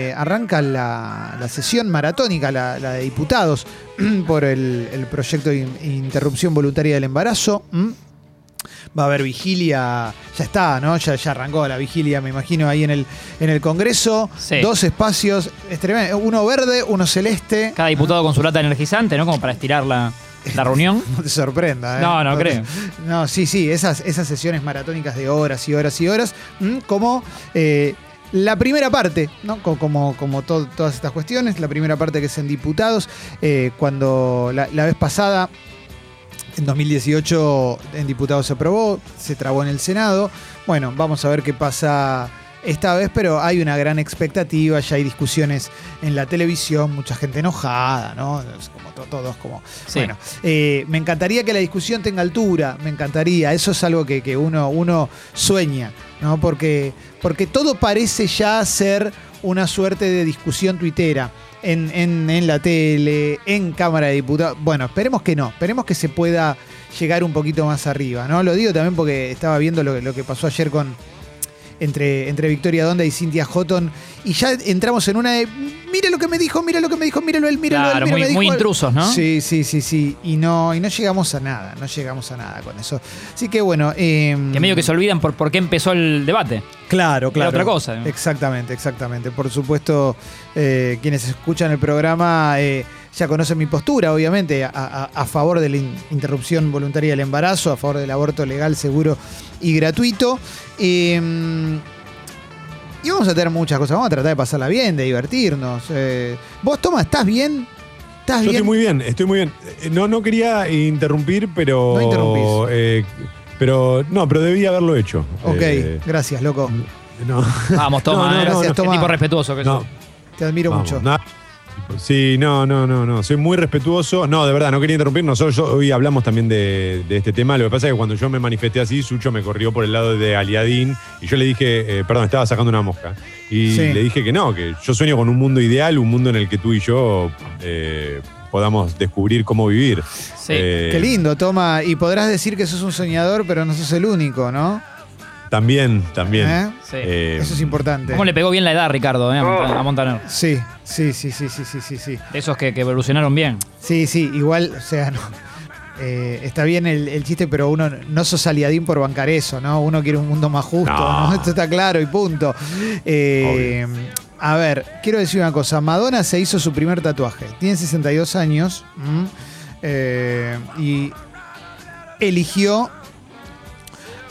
eh, arranca la, la sesión maratónica, la, la de diputados, por el, el proyecto de in- interrupción voluntaria del embarazo. ¿m? Va a haber vigilia, ya está, ¿no? Ya, ya arrancó la vigilia, me imagino, ahí en el, en el Congreso.
Sí.
Dos espacios, es tremendo, uno verde, uno celeste.
Cada diputado con su lata energizante, ¿no? Como para estirar la, la reunión.
No te sorprenda, ¿eh?
No, no
te-
creo.
No, sí, sí, esas, esas sesiones maratónicas de horas y horas y horas, ¿m? como eh, la primera parte, ¿no? Co- Como, como to- todas estas cuestiones, la primera parte que es en diputados, eh, cuando la, la vez pasada, en 2018, en diputados se aprobó, se trabó en el Senado. Bueno, vamos a ver qué pasa. Esta vez, pero hay una gran expectativa, ya hay discusiones en la televisión, mucha gente enojada, ¿no? Es Como to- todos como
Sí.
bueno, eh, me encantaría que la discusión tenga altura, me encantaría. Eso es algo que, que uno, uno sueña, ¿no? Porque, porque todo parece ya ser una suerte de discusión tuitera. En, en- en la tele, en Cámara de Diputados. Bueno, esperemos que no, esperemos que se pueda llegar un poquito más arriba, ¿no? Lo digo también porque estaba viendo lo, lo que pasó ayer con, entre, entre Victoria Donda y Cynthia Houghton. Y ya entramos en una de. Mire lo que me dijo, mire lo que me dijo, mírelo él, mírelo él.
Claro,
mírelo,
muy-
me dijo
muy
él".
intrusos, ¿no?
Sí, sí, sí, sí. Y no, y no llegamos a nada, no llegamos a nada con eso. Así que bueno. eh,
Que medio que se olvidan por, por qué empezó el debate.
Claro, claro.
otra cosa, ¿no?
Exactamente, exactamente. Por supuesto, eh, quienes escuchan el programa eh, ya conocen mi postura, obviamente, a, a- a favor de la in- interrupción voluntaria del embarazo, a favor del aborto legal, seguro y gratuito. Eh, y vamos a tener muchas cosas. Vamos a tratar de pasarla bien, de divertirnos. Eh, Vos, Toma, ¿estás bien? ¿Estás
Yo
bien?
estoy muy bien, estoy muy bien. Eh, No, no quería interrumpir, pero.
No interrumpís.
eh, pero no, pero debía haberlo hecho.
Ok,
Eh,
gracias, loco.
no,
Vamos, toma,
No, no,
¿eh?
gracias,
Qué
toma.
tipo respetuoso que
no,
sos.
Te admiro
vamos,
mucho.
nada. Sí, no, no, no, no. Soy muy respetuoso. No, de verdad, no quería interrumpir. Nosotros yo- hoy hablamos también de, de este tema. Lo que pasa es que cuando yo me manifesté así, Sucho me corrió por el lado de Aliadín y yo le dije, eh, perdón, estaba sacando una mosca. Y
Sí.
le dije que no, que yo sueño con un mundo ideal, un mundo en el que tú y yo eh, podamos descubrir cómo vivir.
Sí.
Eh,
Qué lindo, Toma. Y podrás decir que sos un soñador, pero no sos el único, ¿no?
También, también.
¿Eh?
Sí.
Eh,
Eso es importante.
¿Cómo le pegó bien la edad, Ricardo, eh, a Montan- a Montaner?
Sí, sí, sí, sí, sí, sí, sí, sí.
De esos que, que evolucionaron bien.
Sí, sí, igual, o sea, no. Eh, está bien el, el chiste, pero uno no sos aliadín por bancar eso, ¿no? Uno quiere un mundo más justo,
No.
¿no? Esto está claro y punto. Eh, a ver, quiero decir una cosa. Madonna se hizo su primer tatuaje. Tiene 62 años ¿m? Eh, y eligió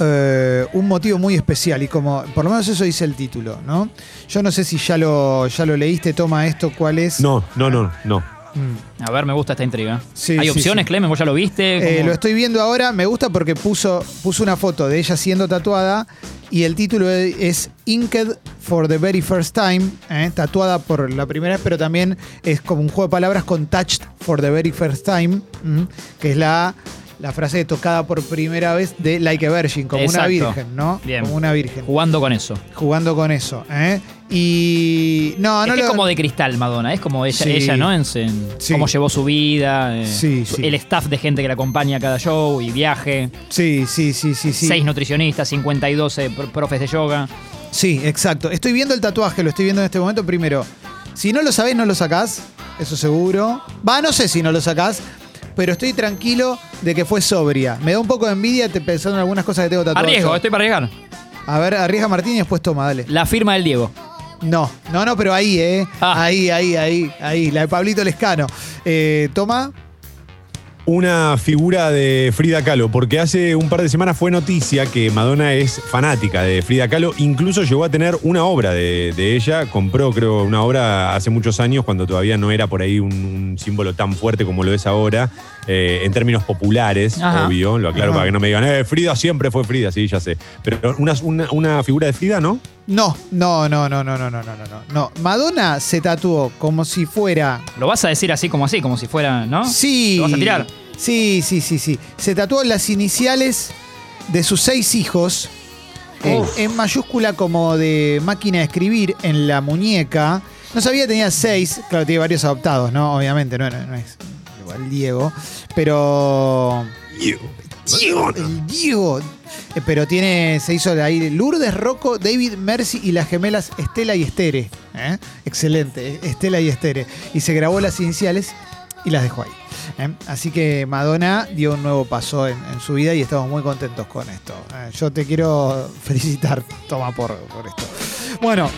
eh, un motivo muy especial y como, por lo menos eso dice el título, ¿no? Yo no sé si ya lo, ya lo leíste, toma esto, ¿cuál es?
no, no, no, no.
Mm.
A ver, me gusta esta intriga.
Sí,
¿Hay
sí,
opciones,
sí.
Clemen? ¿Vos ya lo viste?
Eh,
¿Cómo?
lo estoy viendo ahora, me gusta porque puso, puso una foto de ella siendo tatuada y el título e, es Inked for the Very First Time, eh, tatuada por la primera vez, pero también es como un juego de palabras con Touched for the Very First Time, mm, que es la, la frase de tocada por primera vez de Like a Virgin, como una
Exacto.
virgen, ¿no?
Bien.
Como una virgen,
Jugando con eso.
jugando con eso. eh. Y no,
es
Ah, no
que es
lo-
como de cristal Madonna, es como ella,
Sí.
ella ¿no? En, en
Sí.
cómo llevó su vida, eh,
Sí,
su-
sí.
el staff de gente que la acompaña a cada show y viaje,
Sí, sí, sí, sí, sí.
seis nutricionistas, 52 eh, pr- profes de yoga.
Sí, exacto. Estoy viendo el tatuaje, lo estoy viendo en este momento. Primero, si no lo sabés, no lo sacás. Eso seguro. Va, no sé si no lo sacás. Pero estoy tranquilo de que fue sobria. Me da un poco de envidia te- pensando en algunas cosas que tengo tatuadas.
Arriesgo, estoy para arriesgar.
A ver, arriesga Martín y después toma, dale.
La firma del Diego.
No, no, no, pero ahí, ¿eh?
Ah.
Ahí, ahí, ahí, ahí. La de Pablito Lescano. Eh, toma.
Una figura de Frida Kahlo, porque hace un par de semanas fue noticia que Madonna es fanática de Frida Kahlo, incluso llegó a tener una obra de, de ella, compró creo una obra hace muchos años cuando todavía no era por ahí un, un símbolo tan fuerte como lo es ahora, eh, en términos populares,
Ajá.
obvio, lo aclaro
Ajá.
para que no me digan, "Eh, Frida siempre fue Frida, sí, ya sé, pero una, una- una figura de Frida, ¿no?
No, no, no, no, no, no, no, no, no. No, Madonna se tatuó como si fuera
Lo vas a decir así como así, como si fuera, ¿no?
Sí.
¿Lo vas a tirar?
Sí, sí, sí, sí. Se tatuó las iniciales de sus seis hijos. eh, en mayúscula como de máquina de escribir en la muñeca. No sabía que tenía seis. Claro, tiene varios adoptados, ¿no? Obviamente, no, no, no es igual Diego. Pero... Diego. El Diego. Eh, Pero tiene, se hizo ahí Lourdes, Rocco, David, Mercy y las gemelas Estela y Estere. ¿eh? Excelente, Estela y Estere. Y se grabó las iniciales y las dejó ahí. ¿eh? Así que Madonna dio un nuevo paso en, en su vida y estamos muy contentos con esto. Eh, yo te quiero felicitar, toma por, por esto. Bueno,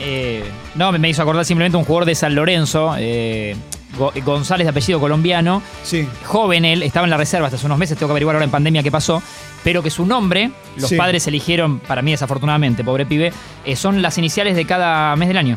Eh, no, me- me hizo acordar simplemente un jugador de San Lorenzo, eh, Go- González de apellido colombiano,
sí.
joven él, estaba en la reserva hasta hace unos meses, tengo que averiguar ahora en pandemia qué pasó, pero que su nombre, los
Sí.
padres eligieron, para mí desafortunadamente, pobre pibe, eh, son las iniciales de cada mes del año.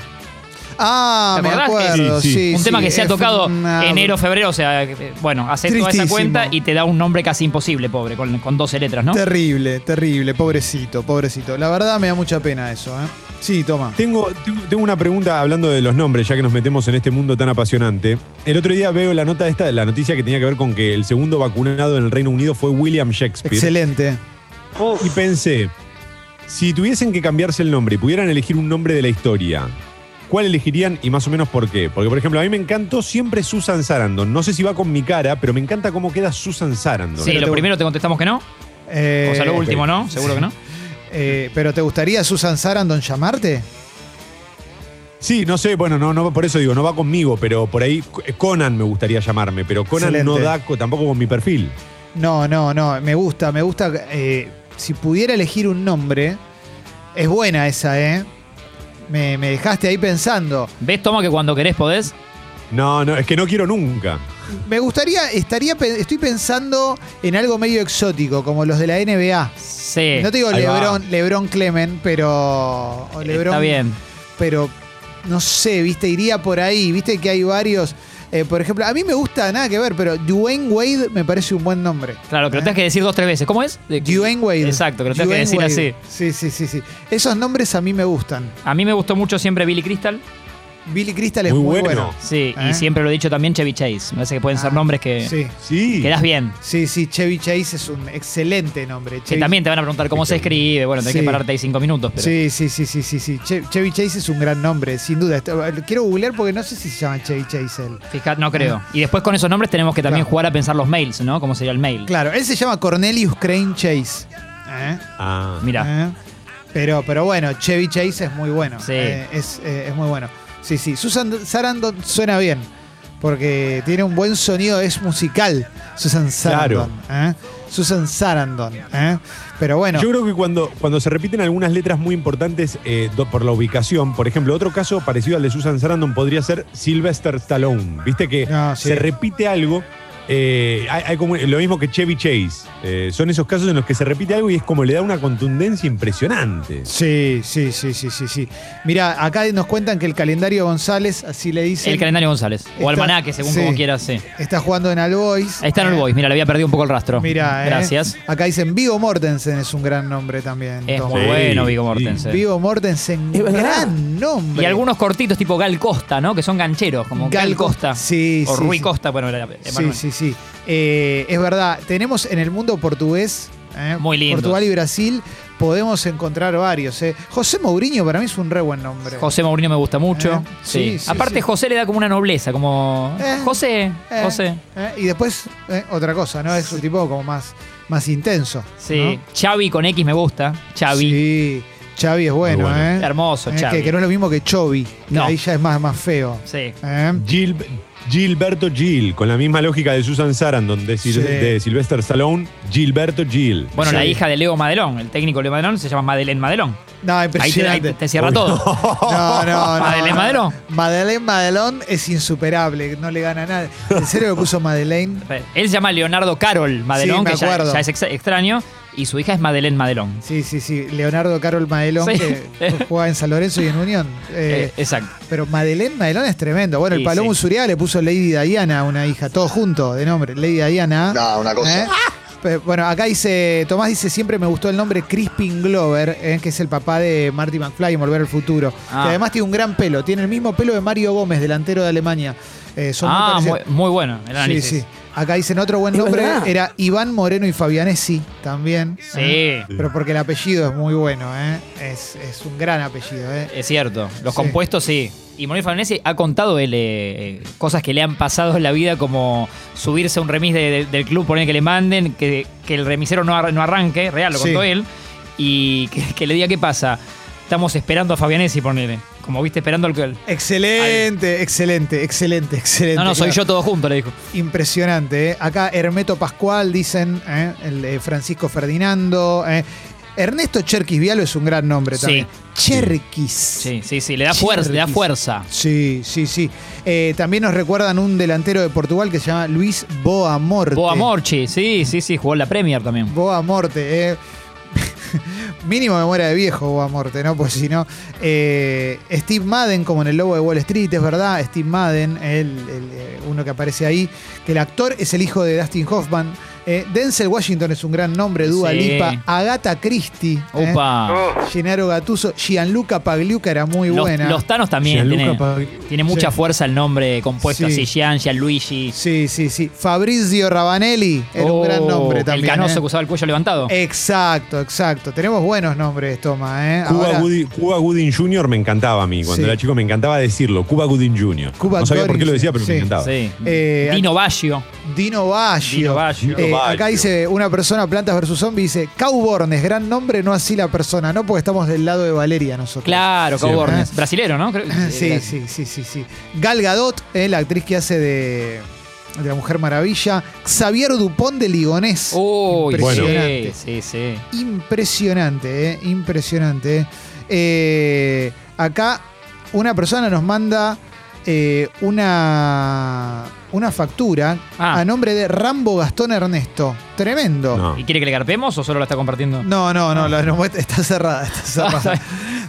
Ah,
¿Te
me
acordás?
acuerdo.
Sí, sí.
sí,
un tema
sí,
que se ha
es
tocado
una-
enero, febrero, o sea, eh, bueno, haces toda esa
Tristísimo.
cuenta y te da un nombre casi imposible, pobre, con, con 12 letras, ¿no?
Terrible, terrible, pobrecito, pobrecito. La verdad me da mucha pena eso, ¿eh? Sí, toma.
Tengo, tengo- tengo una pregunta hablando de los nombres, ya que nos metemos en este mundo tan apasionante. El otro día veo la nota esta, la noticia que tenía que ver con que el segundo vacunado en el Reino Unido fue William Shakespeare.
Excelente.
Y pensé, si tuviesen que cambiarse el nombre y pudieran elegir un nombre de la historia, ¿cuál elegirían y más o menos por qué? Porque, por ejemplo, a mí me encantó siempre Susan Sarandon. No sé si va con mi cara, pero me encanta cómo queda Susan Sarandon.
Sí, lo primero te contestamos que no,
Eh,
o sea, lo último no, seguro que no.
Eh, ¿Pero te gustaría Susan Sarandon llamarte?
Sí, no sé, bueno, no, no, por eso digo, no va conmigo, pero por ahí eh, Conan me gustaría llamarme, pero Conan no
Excelente.
da co- tampoco con mi perfil.
No, no, no. Me gusta, me gusta. eh, si pudiera elegir un nombre, es buena esa, ¿eh? Me, me dejaste ahí pensando.
¿Ves, Toma, que cuando querés podés?
No, no, es que no quiero nunca.
Me gustaría, estaría, pe- estoy pensando en algo medio exótico, como los de la NBA.
Sí.
No te digo
ahí va.
Lebron, Lebron Clemen, pero. o Lebron,
Está bien.
Pero no sé, viste, iría por ahí. Viste que hay varios. eh, por ejemplo, a mí me gusta, nada que ver, pero Dwayne Wade me parece un buen nombre.
Claro, que lo
¿Eh?
tenés que decir dos, tres veces. ¿Cómo es? De-
Dwayne Wade.
Exacto, que lo tenés que decir
Dwayne
así.
Wade. Sí, sí, sí, sí. Esos nombres a mí me gustan.
A mí me gustó mucho siempre Billy Crystal.
Billy Crystal es
Muy
muy,
bueno.
bueno.
Sí,
¿Eh?
y siempre lo he dicho también Chevy Chase. Me parece que pueden ser
Ah,
nombres que
Sí.
Sí.
quedás bien.
sí, sí, Chevy Chase es un excelente nombre.
Que
Chevy-
también te van a preguntar cómo se escribe. Bueno, tenés
Sí.
que pararte ahí cinco minutos. Pero
Sí, sí, sí, sí, sí, sí. Che- Chevy Chase es un gran nombre, sin duda. Esto- eh, lo Quiero googlear porque no sé si se llama Chevy Chase él.
Fijate, no creo. Y después con esos nombres tenemos que también
Ah. Claro.
jugar a pensar los mails, ¿no? ¿Cómo sería el mail?
Claro, él se llama Cornelius Crane Chase. ¿Eh?
Ah.
Mirá.
¿Eh? Pero, pero bueno, Chevy Chase es muy bueno.
Sí.
Eh, es, eh, es muy bueno. Sí, sí. Susan Sarandon suena bien. Porque tiene un buen sonido, es musical. Susan Sarandon. ¿eh? Susan Sarandon. ¿eh? Pero bueno.
Yo creo que cuando, cuando se repiten algunas letras muy importantes eh, do- por la ubicación, por ejemplo, otro caso parecido al de Susan Sarandon podría ser Sylvester Stallone. Viste que
No, Ah, sí.
se repite algo, eh, hay, hay como, lo mismo que Chevy Chase. Eh, son esos casos en los que se repite algo y es como le da una contundencia impresionante.
Sí, sí, sí, sí, sí, sí. Mira, acá nos cuentan que el calendario González, así le dicen,
El calendario González. O
Está-
almanaque, según
sí. Eh.
como quieras, sí.
está jugando en Albois.
Ahí está en el boys. Mira, le había perdido un poco el rastro.
Mira,
Gracias.
eh. Acá dicen Vigo Mortensen es un gran nombre también.
Es
Tom.
muy
Sí,
bueno Vigo
sí.
Mortensen.
Vigo Mortensen,
Es verdad.
gran nombre.
Y algunos cortitos tipo Gal Costa, ¿no? Que son gancheros, como Gal,
Gal Co-
Costa.
Sí,
O
sí,
Rui
sí.
Costa, bueno, era
Sí,
Emanuel.
sí, sí. Eh, es verdad, tenemos en el mundo portugués, eh,
Muy lindos.
Portugal y Brasil, podemos encontrar varios. eh. José Mourinho para mí es un re buen nombre.
José Mourinho me gusta mucho.
Eh,
sí.
sí, sí,
Aparte,
sí.
José le da como una nobleza, como.
Eh,
José,
Eh,
José.
eh, y después, eh, otra cosa, ¿no? Es un tipo como más, más intenso.
Sí.
¿no?
Xavi con X me gusta. Xavi.
Sí, Xavi es bueno,
Muy bueno.
¿eh?
Hermoso,
Eh,
Xavi.
que, que no es lo mismo que Chovi, que
No.
ahí ya es más, más feo.
Sí.
¿eh?
Gil- Gilberto Gil, con la misma lógica de Susan Sarandon, de, Sil-
Sí.
de Sylvester Stallone, Gilberto Gil.
Bueno, la
Sí.
hija de Leo Madelón, el técnico Leo Madelón, se llama Madeleine Madelón.
No,
Ahí te, ahí
impresionante.
te- te cierra todo.
No, no, no.
¿Madeleine Madelón?
Madeleine Madelón es insuperable, no le gana nada. ¿En serio que puso Madeleine?
Él se llama Leonardo Carol
Sí,
Madelón,
me
que ya,
acuerdo.
ya es ex- extraño, y su hija es Madeleine Madelón.
Sí, sí, sí. Leonardo Carol Madelón,
Sí.
que juega en San Lorenzo y en Unión. Eh,
Eh, exacto.
pero Madeleine Madelón es tremendo. Bueno, el
Sí,
Palomo
sí.
Usuriaga le puso Lady Diana a una hija, todo junto de nombre. Lady Diana.
No, una cosa.
¿Eh? Pero, Bueno, acá dice, Tomás dice, siempre me gustó el nombre Crispin Glover, ¿eh? que es el papá de Marty McFly en Volver al Futuro.
Ah.
Que además tiene un gran pelo, tiene el mismo pelo de Mario Gómez, delantero de Alemania. Eh, son muy
ah, muy,
parecidos.
muy bueno el
Sí,
análisis.
sí. Acá dicen otro buen
Es
nombre,
verdad.
era Iván Moreno y Fabianesi también.
Sí,
¿eh? Pero porque el apellido es muy bueno, ¿eh? es, es un gran apellido. ¿eh?
es cierto.
Sí.
Los compuestos sí. Y Manuel Favanesi ha contado él eh, eh, cosas que le han pasado en la vida, como subirse a un remis de- de- del club, poner que le manden, que, que el remisero no, ar- no arranque, real, lo
Sí.
contó él, y que, que le diga qué pasa. Estamos esperando a Fabianesi, ponele. Como viste, esperando al que.
Excelente, excelente, excelente, excelente.
No, no, soy
claro.
yo todo junto, le dijo.
Impresionante. ¿eh? Acá Hermeto Pascual, dicen, ¿eh? el eh, Francisco Ferdinando. ¿eh? Ernesto Cherkis Vialo es un gran nombre
Sí.
también. Cherkis.
Sí, sí, sí, le da fuerza, le da
Cherkis.
fuerza.
Sí, sí, sí. Eh, también nos recuerdan un delantero de Portugal que se llama Luis Boamorte.
Boa Morchi, sí, sí, sí, jugó en la Premier también.
Boamorte, eh. Mínimo me muera de viejo Boamorte, ¿no? Pues si no. eh, Steve Madden, como en el lobo de Wall Street, es verdad. Steve Madden, el, el, eh, uno que aparece ahí. Que el actor es el hijo de Dustin Hoffman. eh, Denzel Washington es un gran nombre, Dua
Sí.
Lipa. Agatha Christie. eh,
Opa.
Gennaro Gattuso. Gianluca Pagliuca era muy
Los,
buena.
los Thanos también
Gianluca
tiene,
Pag-
tiene mucha
Sí.
fuerza el nombre compuesto
Sí.
así, Gian, Gianluigi.
Sí, sí, sí. Fabrizio Ravanelli era
Oh,
un gran nombre también.
El canoso
eh.
que usaba el cuello levantado.
Exacto, exacto. Tenemos buenos nombres, Toma, ¿eh?
Cuba,
Ahora-
Gooding, Cuba Gooding Jr. me encantaba a mí. Cuando
Sí.
era chico me encantaba decirlo. Cuba Gooding Jr.
Cuba
no sabía por qué
Gooding
lo decía, pero
Jr.,
me encantaba.
Sí.
Eh,
Dino Baggio.
Dino Baggio.
Dino Baggio.
Eh,
Dino
acá
Baggio.
dice una persona, Plantas vs. Zombie, dice, Caubornes, gran nombre, no así la persona, ¿no? Porque estamos del lado de Valeria nosotros.
Claro,
Sí,
Cobornes.
¿eh?
Brasilero, ¿no? Creo-
Sí,
era-
sí, sí, sí, sí. Gal Gadot, eh, la actriz que hace de, de La Mujer Maravilla. Xavier Dupont de Ligonés.
Uy,
Bueno.
sí, sí, sí.
Impresionante, eh, impresionante. eh. Eh, acá una persona nos manda eh, una, una factura
Ah.
a nombre de Rambo Gastón Ernesto. Tremendo.
No.
¿Y quiere que le carpemos o solo la está compartiendo?
No, no, no, la no, está cerrada, está cerrada.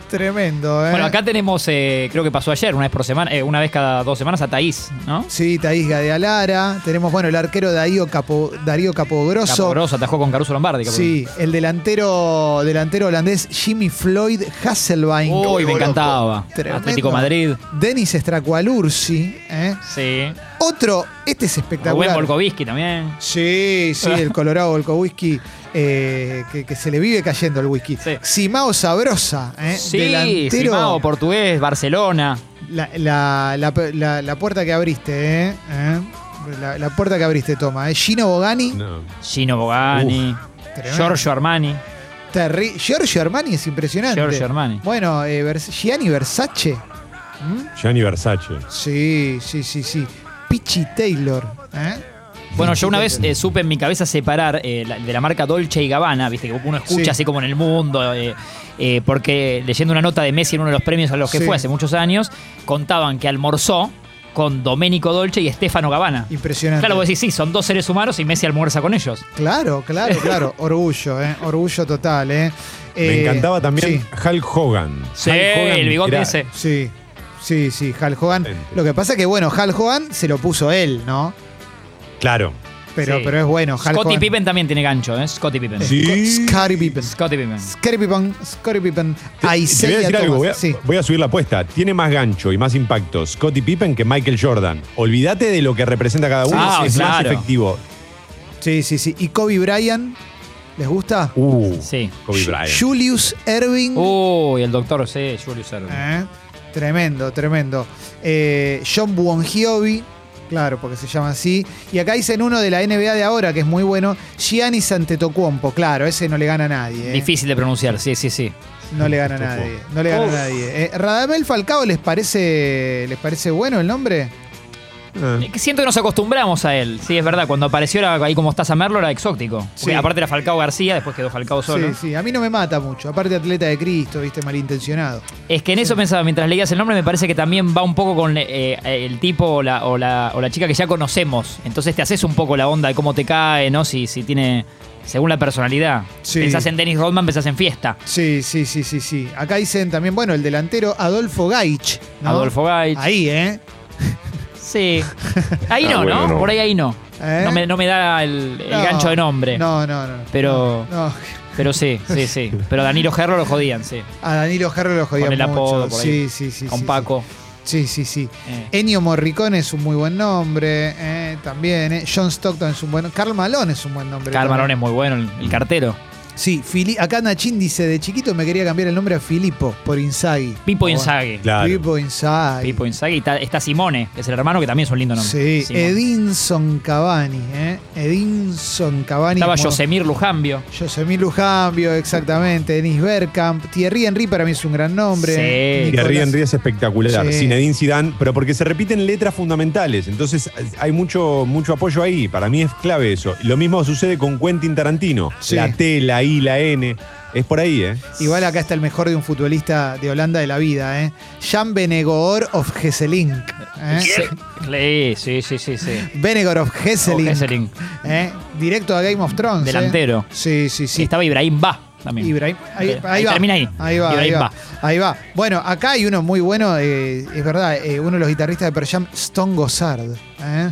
Tremendo, ¿eh?
Bueno, acá tenemos, eh, creo que pasó ayer, una vez por semana, eh, una vez cada dos semanas a Thaís, ¿no?
Sí, Taís Gadealara. Tenemos, bueno, el arquero Darío, Capo- Darío Capogrosso.
Capogroso atajó con Caruso Lombardi. Capogrosso.
Sí, el delantero, delantero holandés Jimmy Floyd Hasselbein.
Uy, me encantaba.
Tremendo.
Atlético Madrid.
Denis Stracualursi. ¿eh?
Sí.
Otro, este es
Rubén
espectacular.
Volkovsky también.
Sí, sí, el Colorado Volkowski, eh, que, que se le vive cayendo el whisky.
Sí.
Simao Sabrosa, ¿eh?
Sí,
delantero.
Simao, portugués, Barcelona.
La, la- la- la- la puerta que abriste, ¿eh? ¿Eh? La, la puerta que abriste, toma. ¿eh? Gino Bogani.
No.
Gino Bogani.
Tremendo.
Giorgio Armani.
Terri- Giorgio Armani es impresionante.
Giorgio Armani.
Bueno, eh, Vers- Gianni Versace.
Gianni Versace.
Sí, sí, sí, sí. Pichi Taylor. ¿eh?
Bueno, yo una vez eh, supe en mi cabeza separar eh, la- de la marca Dolce y Gabbana, viste, que uno escucha
Sí.
así como en el mundo, eh, eh, porque leyendo una nota de Messi en uno de los premios a los que
Sí.
fue hace muchos años, contaban que almorzó con Domenico Dolce y Stefano Gabbana.
Impresionante.
Claro, vos decís, sí, son dos seres humanos y Messi almuerza con ellos.
Claro, claro, claro. Orgullo, ¿eh? Orgullo total, ¿eh?
Me
Eh,
encantaba también
Sí,
Hulk Hogan.
Sí,
Hulk Hogan
el bigote
era-
ese.
sí, sí, sí, Hal Hogan.
Excelente.
Lo que pasa que, bueno, Hal Hogan se lo puso él, ¿no?
Claro.
Pero,
Sí.
pero es bueno, Hal
Scottie
Hogan.
Pippen también tiene gancho, ¿eh? Scottie Pippen.
Sí.
Scottie Pippen.
Scottie Pippen.
Scottie Pippen. Scottie Pippen.
Te- te voy a
Isaiah
decir algo,
Thomas.
voy a,
Sí.
voy a subir la apuesta. Tiene más gancho y más impacto Scottie Pippen que Michael Jordan. Olvídate de lo que representa cada uno,
Ah,
es más
claro.
efectivo.
sí, sí, sí. ¿Y Kobe Bryant? ¿Les gusta?
Uh,
Sí.
Kobe Bryant.
Julius Erving.
Uh, Uy, el doctor, sí, Julius Erving.
¿Eh? Tremendo, tremendo. Eh, John Buongiovi, claro, porque se llama así. Y acá dicen uno de la NBA de ahora, que es muy bueno, Giannis Antetokounmpo. Claro, ese no le gana a nadie. ¿eh?
Difícil de pronunciar, sí, sí, sí.
No le gana a nadie. No le gana a nadie. Eh, Radamel Falcao, ¿les parece, ¿les parece bueno el nombre?
Ah.
Eh, que Siento que nos acostumbramos a él. Sí, es verdad. Cuando apareció era, ahí como estás a Merlo era exótico.
Sí.
Porque Aparte era Falcao García, después quedó Falcao solo.
Sí, sí. A mí no me mata mucho. Aparte, atleta de Cristo, viste, malintencionado.
Es que en eso pensaba, mientras leías el nombre, me parece que también va un poco con eh, el tipo o la, o, la, o la chica que ya conocemos. Entonces te haces un poco la onda de cómo te cae, ¿no? Si, si tiene. Según la personalidad.
Sí.
Pensás en Dennis Rodman, pensás en fiesta.
Sí, sí, sí, sí, sí. Acá dicen también, bueno, el delantero Adolfo Gaich. ¿no?
Adolfo Gaich.
Ahí, ¿eh?
Sí. Ahí
Ah,
no,
bueno,
¿no?
no.
Por ahí ahí no.
¿Eh?
No, me, no me da el, el
No,
gancho de nombre.
No, no, no.
Pero-
No, no.
Pero sí, sí, sí. Pero Danilo Gerro lo jodían, sí.
A Danilo Jarro lo jodía
Con el
mucho.
apodo por
Sí,
ahí.
sí, sí.
Con
sí,
Paco.
Sí, sí, sí.
Eh.
Ennio Morricone es un muy buen nombre. eh, también. eh. John Stockton es un buen Carl Malone es un buen nombre.
Carl Malone
también.
es muy bueno, el, el cartero.
Sí, Fili- acá Nachín dice: de chiquito me quería cambiar el nombre a Filippo por Inzaghi.
Pipo
Bueno,
Inzaghi.
Claro.
Pipo Inzaghi.
Pipo Inzaghi. Está, está Simone, que es el hermano, que también es un lindo nombre.
Sí,
Simone.
Edinson Cavani. eh. Edinson Cavani.
Estaba
como-
Yosemir Lujambio.
Yosemir Lujambio, exactamente. Denis Bergkamp. Thierry Henry para mí es un gran nombre.
Sí.
Thierry
Nicolás-
Henry es espectacular.
Sí.
Zinedine Zidane, pero porque se repiten letras fundamentales. Entonces hay mucho, mucho apoyo ahí. Para mí es clave eso. Lo mismo sucede con Quentin Tarantino.
Sí.
La T, la I, la N. Es por ahí, ¿eh?
Igual acá está el mejor de un futbolista de Holanda de la vida, ¿eh? Jan Benegoor of Gesselink. ¿eh?
Sí, sí, sí, sí. Oh, sí.
Benegor of Gesselink.
O Hesselink.
¿eh? Directo a Game of Thrones. ¿eh?
Delantero.
Sí, sí, sí.
Estaba Ibrahim Ba también.
Ibrahim. Ahí,
Eh,
ahí
ahí
va.
termina ahí.
Ahí va, ahí
Ibrahim
va.
va.
Ahí va. Bueno, acá hay uno muy bueno, eh, es verdad, eh, uno de los guitarristas de Pearl Jam, Stone Gossard. ¿eh?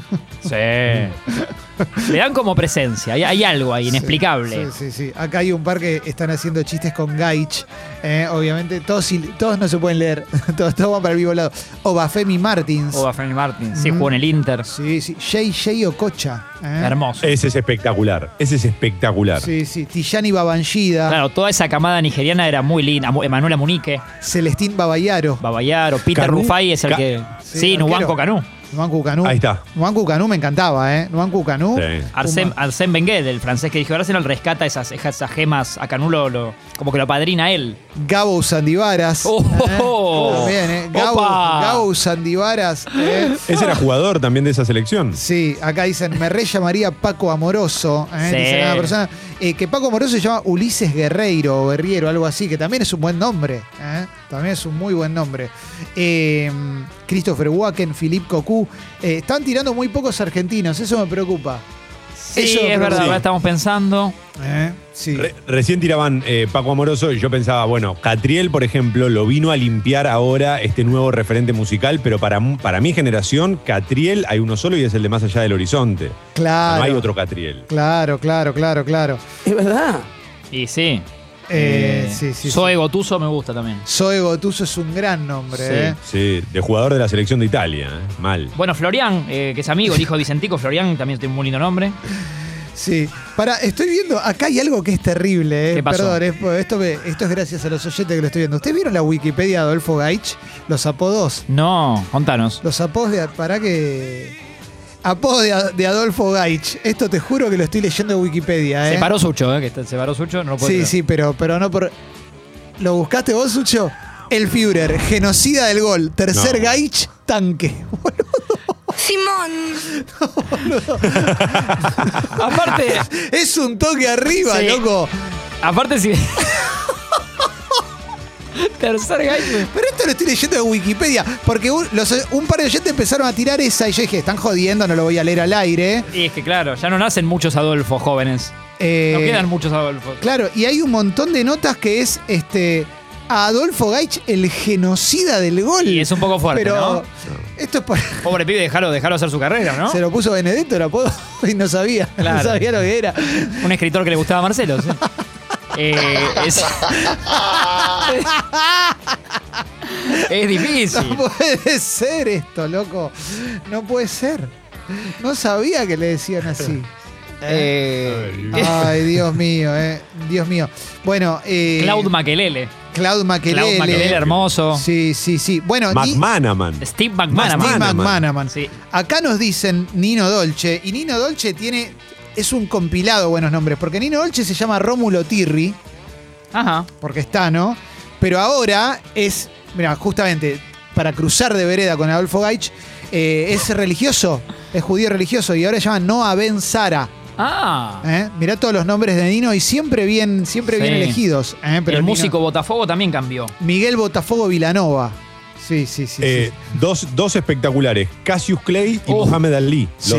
Sí. Le dan como presencia. Hay, hay algo ahí inexplicable.
Sí, sí, sí. Acá hay un par que están haciendo chistes con Gaich. eh, obviamente, todos, sil- todos no se pueden leer. todos, todos van para el vivo lado. Obafemi Martins.
O a Frank Oh, Martin. Sí,
Mm.
jugó en el Inter.
Sí, sí. JJ Ococha. ¿eh?
Hermoso.
Ese es espectacular. Ese es espectacular.
Sí, sí. Tijani Babanshida.
Claro, toda esa camada nigeriana era muy linda. Mu- Emanuela Munique,
Celestín Babayaro.
Babayaro, Peter
Canú.
Rufai es el
Ca-
que.
Sí,
Sí, Nubanco Canú.
Nuan Cucanú.
Ahí está.
Nuan Cucanú me encantaba, ¿eh? Nuan Cucanú.
Sí.
Arsène,
Puma.
Arsène Wenger, el francés que dijo, Arsenal rescata esas, esas gemas, a Canú lo- lo- como que lo apadrina él.
Gabo Sandivaras.
Oh, oh, oh.
También, ¿eh? Gabo,
Opa.
Gabo Sandivaras. ¿eh?
Ese era jugador también de esa selección.
Sí, acá dicen, me re llamaría Paco Amoroso. ¿eh?
Sí.
Dicen una persona. eh, que Paco Amoroso se llama Ulises Guerreiro o Guerriero, algo así, que también es un buen nombre. ¿eh? También es un muy buen nombre. Eh, Christopher Wacken, Philippe Cocu. eh, están tirando muy pocos argentinos, eso me preocupa.
Sí,
Eso
es
creo
verdad,
que-
ahora estamos pensando.
¿eh? Sí.
Re- recién tiraban eh, Paco Amoroso y yo pensaba, bueno, Catriel, por ejemplo, lo vino a limpiar ahora este nuevo referente musical, pero para, mu- para mi generación, Catriel hay uno solo y es el de Más Allá del Horizonte.
claro.
No hay otro Catriel.
Claro, claro, claro, claro.
Es verdad.
Y sí.
Eh,
Eh,
sí, sí, sí.
Zoe Gotuso me gusta también.
Zoe Gotuso es un gran nombre.
Sí.
¿eh?
Sí, de jugador de la selección de Italia, ¿eh? mal.
Bueno, Florian, eh, que es amigo, el hijo de Vicentico, Florian también tiene un muy lindo nombre.
Sí. Para, estoy viendo, acá hay algo que es terrible, ¿eh?
¿Qué pasó?
Perdón, es- esto, me- esto es gracias a los oyentes que lo estoy viendo. ¿Ustedes vieron la Wikipedia de Adolfo Gaich? Los apodos.
No, contanos.
Los apodos de. Pará que. Apodo de, A- de Adolfo Gaich. Esto te juro que lo estoy leyendo en Wikipedia, ¿eh?
Se paró Sucho, eh, que está- se paró Sucho, no lo puedo
Sí,
creer.
sí, pero, pero no por. ¿Lo buscaste vos, Sucho? El Führer, genocida del gol. Tercer
No.
Gaich, tanque.
Simón.
Aparte,
es un toque arriba,
Sí.
loco.
aparte si... Tercer gallo.
Pero esto lo estoy leyendo de Wikipedia, porque un, los- un par de oyentes empezaron a tirar esa y yo dije, están jodiendo, no lo voy a leer al aire.
Y es que claro, ya no nacen muchos Adolfos jóvenes.
Eh,
No quedan muchos Adolfos.
Claro, y hay un montón de notas que es este a Adolfo Gaich el genocida del gol.
Y es un poco fuerte,
Pero
¿no?
esto es para...
Pobre pibe, déjalo, déjalo hacer su carrera, ¿no?
Se lo puso Benedetto, lo apodo, y no sabía, no
Claro.
sabía lo que era.
Un escritor que le gustaba a Marcelo, sí. Eh, es... es difícil.
No puede ser esto, loco. No puede ser. No sabía que le decían así.
Eh,
Ay, Dios mío, eh. Dios mío. Bueno, eh,
Claude Makelele.
Claude Makelele.
Claude Makelele, hermoso.
Sí, sí, sí. Bueno, Ni-
McManaman.
Steve McManaman.
Steve
Manaman.
McManaman.
Sí.
Acá nos dicen Nino Dolce. Y Nino Dolce tiene. Es un compilado de buenos nombres. Porque Nino Dolce se llama Rómulo Tirri.
Ajá.
Porque está, ¿no? Pero ahora es. Mira, justamente para cruzar de vereda con Adolfo Gaich. eh, es religioso. Es judío religioso. Y ahora se llama Noah Ben Sara.
Ah.
¿eh? Mirá todos los nombres de Nino. Y siempre bien, siempre
Sí.
bien elegidos. ¿eh? Pero
el
Nino-
músico Botafogo también cambió.
Miguel Botafogo Vilanova. Sí, sí, sí.
Eh,
sí.
dos, dos espectaculares, Cassius Clay y
Oh.
Mohamed Ali. Los
Sí.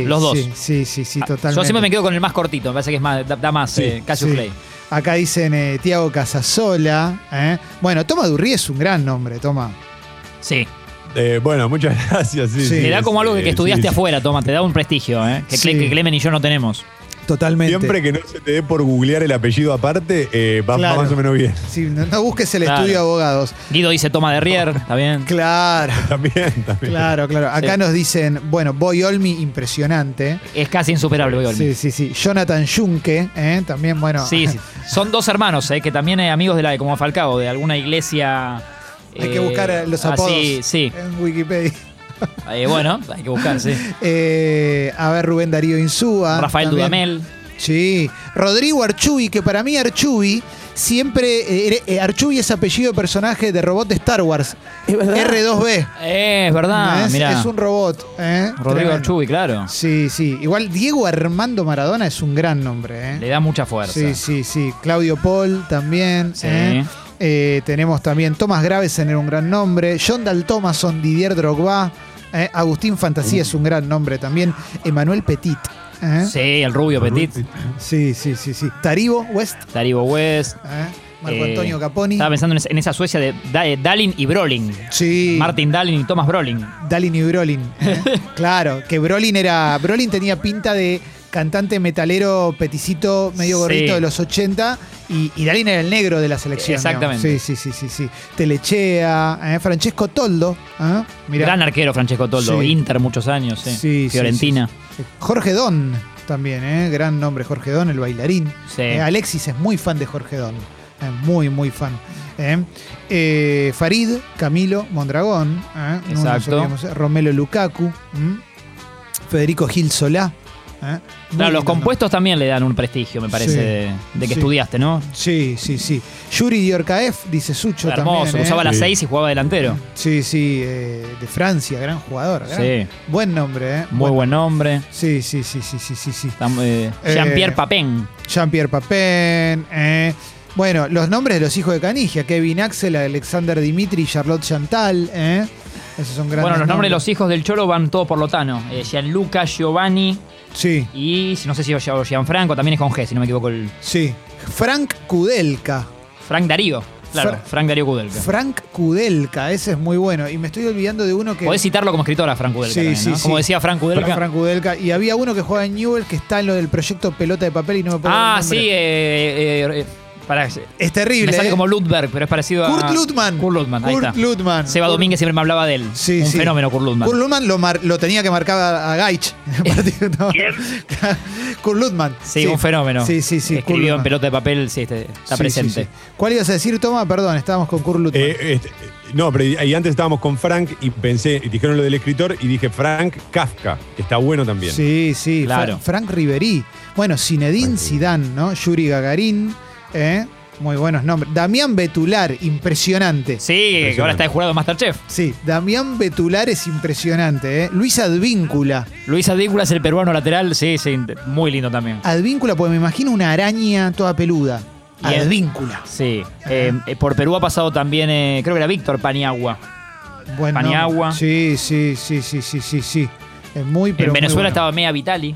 dos.
los dos. Ah,
Sí, sí, sí, sí, totalmente.
Yo siempre me quedo con el más cortito, me parece que es más, da, da más
Sí,
eh, Cassius
Sí.
Clay.
Acá dicen eh, Tiago Casasola. ¿eh? Bueno, Toma Durri es un gran nombre, Toma.
Sí.
Eh, bueno, muchas gracias. Sí,
Sí.
sí,
Te da como algo que,
sí,
que estudiaste
sí, sí.
afuera, toma, te da un prestigio, ¿eh? que, Cle-
Sí.
que Clemen y yo no tenemos.
Totalmente.
Siempre que no se te dé por googlear el apellido aparte, eh, va, va
Claro.
más o menos bien.
Sí, no, no busques el
Claro.
estudio de abogados.
Guido dice toma de Rier, está bien.
Claro,
También, también.
claro, claro. Acá
Sí.
nos dicen, bueno, Boy Olmi, impresionante.
Es casi insuperable, Goyol.
Sí, sí, sí. Jonathan Yunque, ¿eh? también, bueno.
Sí, sí. Son dos hermanos, ¿eh? que también hay amigos de la de como Falcao, de alguna iglesia.
Hay que
eh,
buscar eh, los apodos
así, sí.
en Wikipedia.
Eh, bueno, hay que buscar, sí.
Eh, a ver, Rubén Darío Insúa.
Rafael
Ah, también.
Dudamel.
Sí, Rodrigo Archubi, que para mí Archubi siempre. eh, eh, Archubi es apellido de personaje de robot de Star Wars.
Es verdad. Ah,
R2B.
Eh, es verdad,
¿no es?
mirá.
Es un robot. ¿eh?
Rodrigo
Tremendo.
Archubi, claro.
Sí, sí. Igual Diego Armando Maradona es un gran nombre. ¿eh?
Le da mucha fuerza.
Sí, sí, sí. Claudio Paul también.
Sí.
¿eh? Eh, tenemos también Tomás Graves en un gran nombre. John Dal Thomason, Didier Drogba. ¿eh? Agustín Fantasía es un gran nombre también. Emanuel Petit. ¿eh?
Uh. Sí, el rubio Petit,
Sí, sí, sí, sí. Taribo West.
Taribo West.
¿eh? Marco
Eh,
Antonio Caponi.
Estaba pensando en esa, en esa Suecia de Da- eh, Dalin y Brolin.
Sí.
Martin Dalin y Thomas Brolin.
Dalin y Brolin. ¿eh? claro, que Brolin era. Brolin tenía pinta de cantante metalero peticito, medio
Sí.
gorrito de los 80. Y, y Dalin era el negro de la selección.
Exactamente.
digamos. Sí, sí, sí, sí, sí. Telechea, ¿eh? Francesco Toldo. ¿eh? Mirá.
Gran arquero Francesco Toldo.
Sí.
Inter muchos años. sí.
Sí, sí,
Fiorentina.
Jorge Don también, ¿eh? gran nombre Jorge Don, el bailarín.
Sí.
Eh, Alexis es eh, muy fan de Jorge Don. eh, Muy, muy fan. ¿eh? Eh, Farid, Camilo, Mondragón, ¿eh? No nos
Exacto.
olvidemos, Romelo Lukaku, ¿m? Federico Gil Solá. ¿eh? Muy
Claro,
lindo, ¿no?
los compuestos también le dan un prestigio, me parece,
Sí.
de, de que
Sí.
estudiaste, ¿no?
Sí, sí, sí. Yuri Diorcaef, dice Sucho
Hermoso,
también. ¿eh?
usaba las
Sí.
6 y jugaba delantero.
Sí, sí, eh, de Francia, gran jugador. gran-
Sí.
Buen nombre, ¿eh?
Muy
Bueno,
buen nombre.
Sí, sí, sí, sí, sí, sí, sí.
Tam- eh, Jean-Pierre
Eh,
Papin.
Jean-Pierre Papin, eh. Bueno, los nombres de los hijos de Canigia, Kevin Axel, Alexander Dimitri, Charlotte Chantal, ¿eh? Esos son grandes
Bueno, los nombres de los hijos del Cholo van todos por Lotano. Eh, Gianluca, Giovanni
Sí,
y si no sé si Gian- Gianfranco, también es con G, si no me equivoco. el
sí. Frank Kudelka.
Frank Darío. Claro,
Fra-
Frank Darío Kudelka.
Frank Kudelka, ese es muy bueno. Y me estoy olvidando de uno que...
Podés citarlo como escritora, Frank Kudelka.
Sí,
también,
sí,
¿no?
sí.
Como decía Frank Kudelka.
Frank Kudelka. Y había uno que juega en Newell que está en lo del proyecto Pelota de Papel y no me puedo
ah,
acordar el
sí,
nombre.
eh, eh, eh, pará,
Es terrible.
me sale
¿eh?
como Ludberg, pero es parecido a.
Kurt Lutman.
Kurt Lutman, ahí
Kurt
está.
Lutman.
Seba
Kurt-
Domínguez siempre me hablaba de él.
Sí,
un
sí.
fenómeno, Kurt Lutman.
Kurt Lutman lo, mar- lo tenía que marcar a, a Gaich. en el partido, ¿no? Kurt Lutman.
Sí, un fenómeno.
Sí, sí, sí. Kurt
Escribió en
Lutman.
pelota de papel, sí, este- está
Sí,
presente.
sí, sí. ¿Cuál ibas a decir, Toma? Perdón, estábamos con Kurt Lutman.
Eh, este, eh, no, pero y- y antes estábamos con Frank y pensé, y dijeron lo del escritor y dije Frank Kafka, que está bueno también.
Sí, sí. Fra-
Claro.
Frank Riverí. Bueno, Zinedine
Frank
Zidane, ¿no? Yuri Gagarin. ¿eh? Muy buenos nombres. Damián Betular, impresionante.
Sí, que ahora está de jurado de Masterchef.
Sí, Damián Betular es impresionante. ¿eh? Luis Advíncula.
Luis Adícula es el peruano lateral, sí, sí, muy lindo también.
Advíncula, porque me imagino una araña toda peluda.
Y el-
Advíncula.
Sí, eh, eh, por Perú ha pasado también, eh, creo que era Víctor Paniagua.
Buen nombre.
Paniagua.
Sí, sí, sí, sí, sí, sí, sí. Es muy, pero
en
muy
Venezuela
bueno.
estaba Mea Vitali,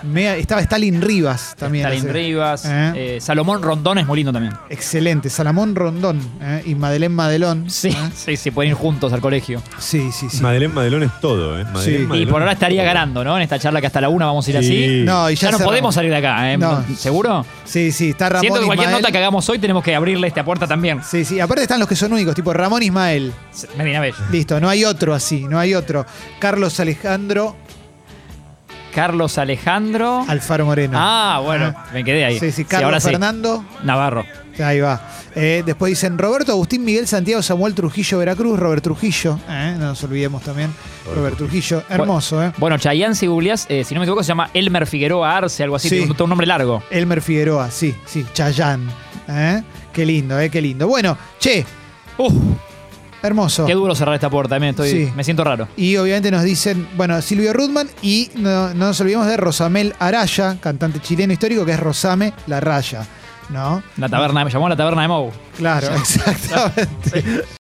Mea- estaba Stalin Rivas también.
Stalin
hace-
Rivas,
¿Eh?
eh, Salomón Rondón es muy lindo también.
Excelente. Salamón Rondón ¿eh? y Madeleine Madelón.
Sí,
¿eh?
sí, sí, pueden ir juntos al colegio.
Sí, sí, sí.
Madeleine Madelón es todo, ¿eh? Madeleine
Sí. Y
Y
Madelón
por ahora
es
estaría
todo.
ganando, ¿no? En esta charla que hasta la una vamos a ir así.
Sí.
No, y ya
ya no
cerramos.
podemos salir de acá, ¿eh?
No.
¿Seguro?
Sí, sí, está Ramón
Siento que cualquier
Ismael.
nota que hagamos hoy tenemos que abrirle esta puerta también.
Sí, sí. Aparte están los que son únicos, tipo Ramón Ismael.
Medina Bell.
Listo, no hay otro así, no hay otro. Carlos Alejandro
Carlos Alejandro.
Alfaro Moreno.
Ah, bueno, me quedé ahí.
Sí, sí,
Sí, ahora
Carlos
sí.
Fernando.
Navarro.
Ahí va. Eh, después dicen Roberto, Agustín, Miguel, Santiago, Samuel Trujillo, Veracruz, Robert Trujillo. eh, no nos olvidemos también. Robert Trujillo, hermoso, ¿eh?
Bueno, Chayanne, si googleás, eh, si no me equivoco, se llama Elmer Figueroa Arce, algo así,
Sí.
tiene un, un nombre largo.
Elmer Figueroa, sí, sí, Chayán. ¿eh? Qué lindo, ¿eh? Qué lindo. Bueno, che,
Uf,
hermoso.
qué duro cerrar esta puerta, eh, me, estoy,
Sí.
me siento raro.
Y obviamente nos dicen, bueno, Silvio Rudman y no, no nos olvidemos de Rosamel Araya, cantante chileno histórico, que es Rosame La Raya, ¿no?
La taberna, me llamó la taberna de Mou.
Claro, exactamente.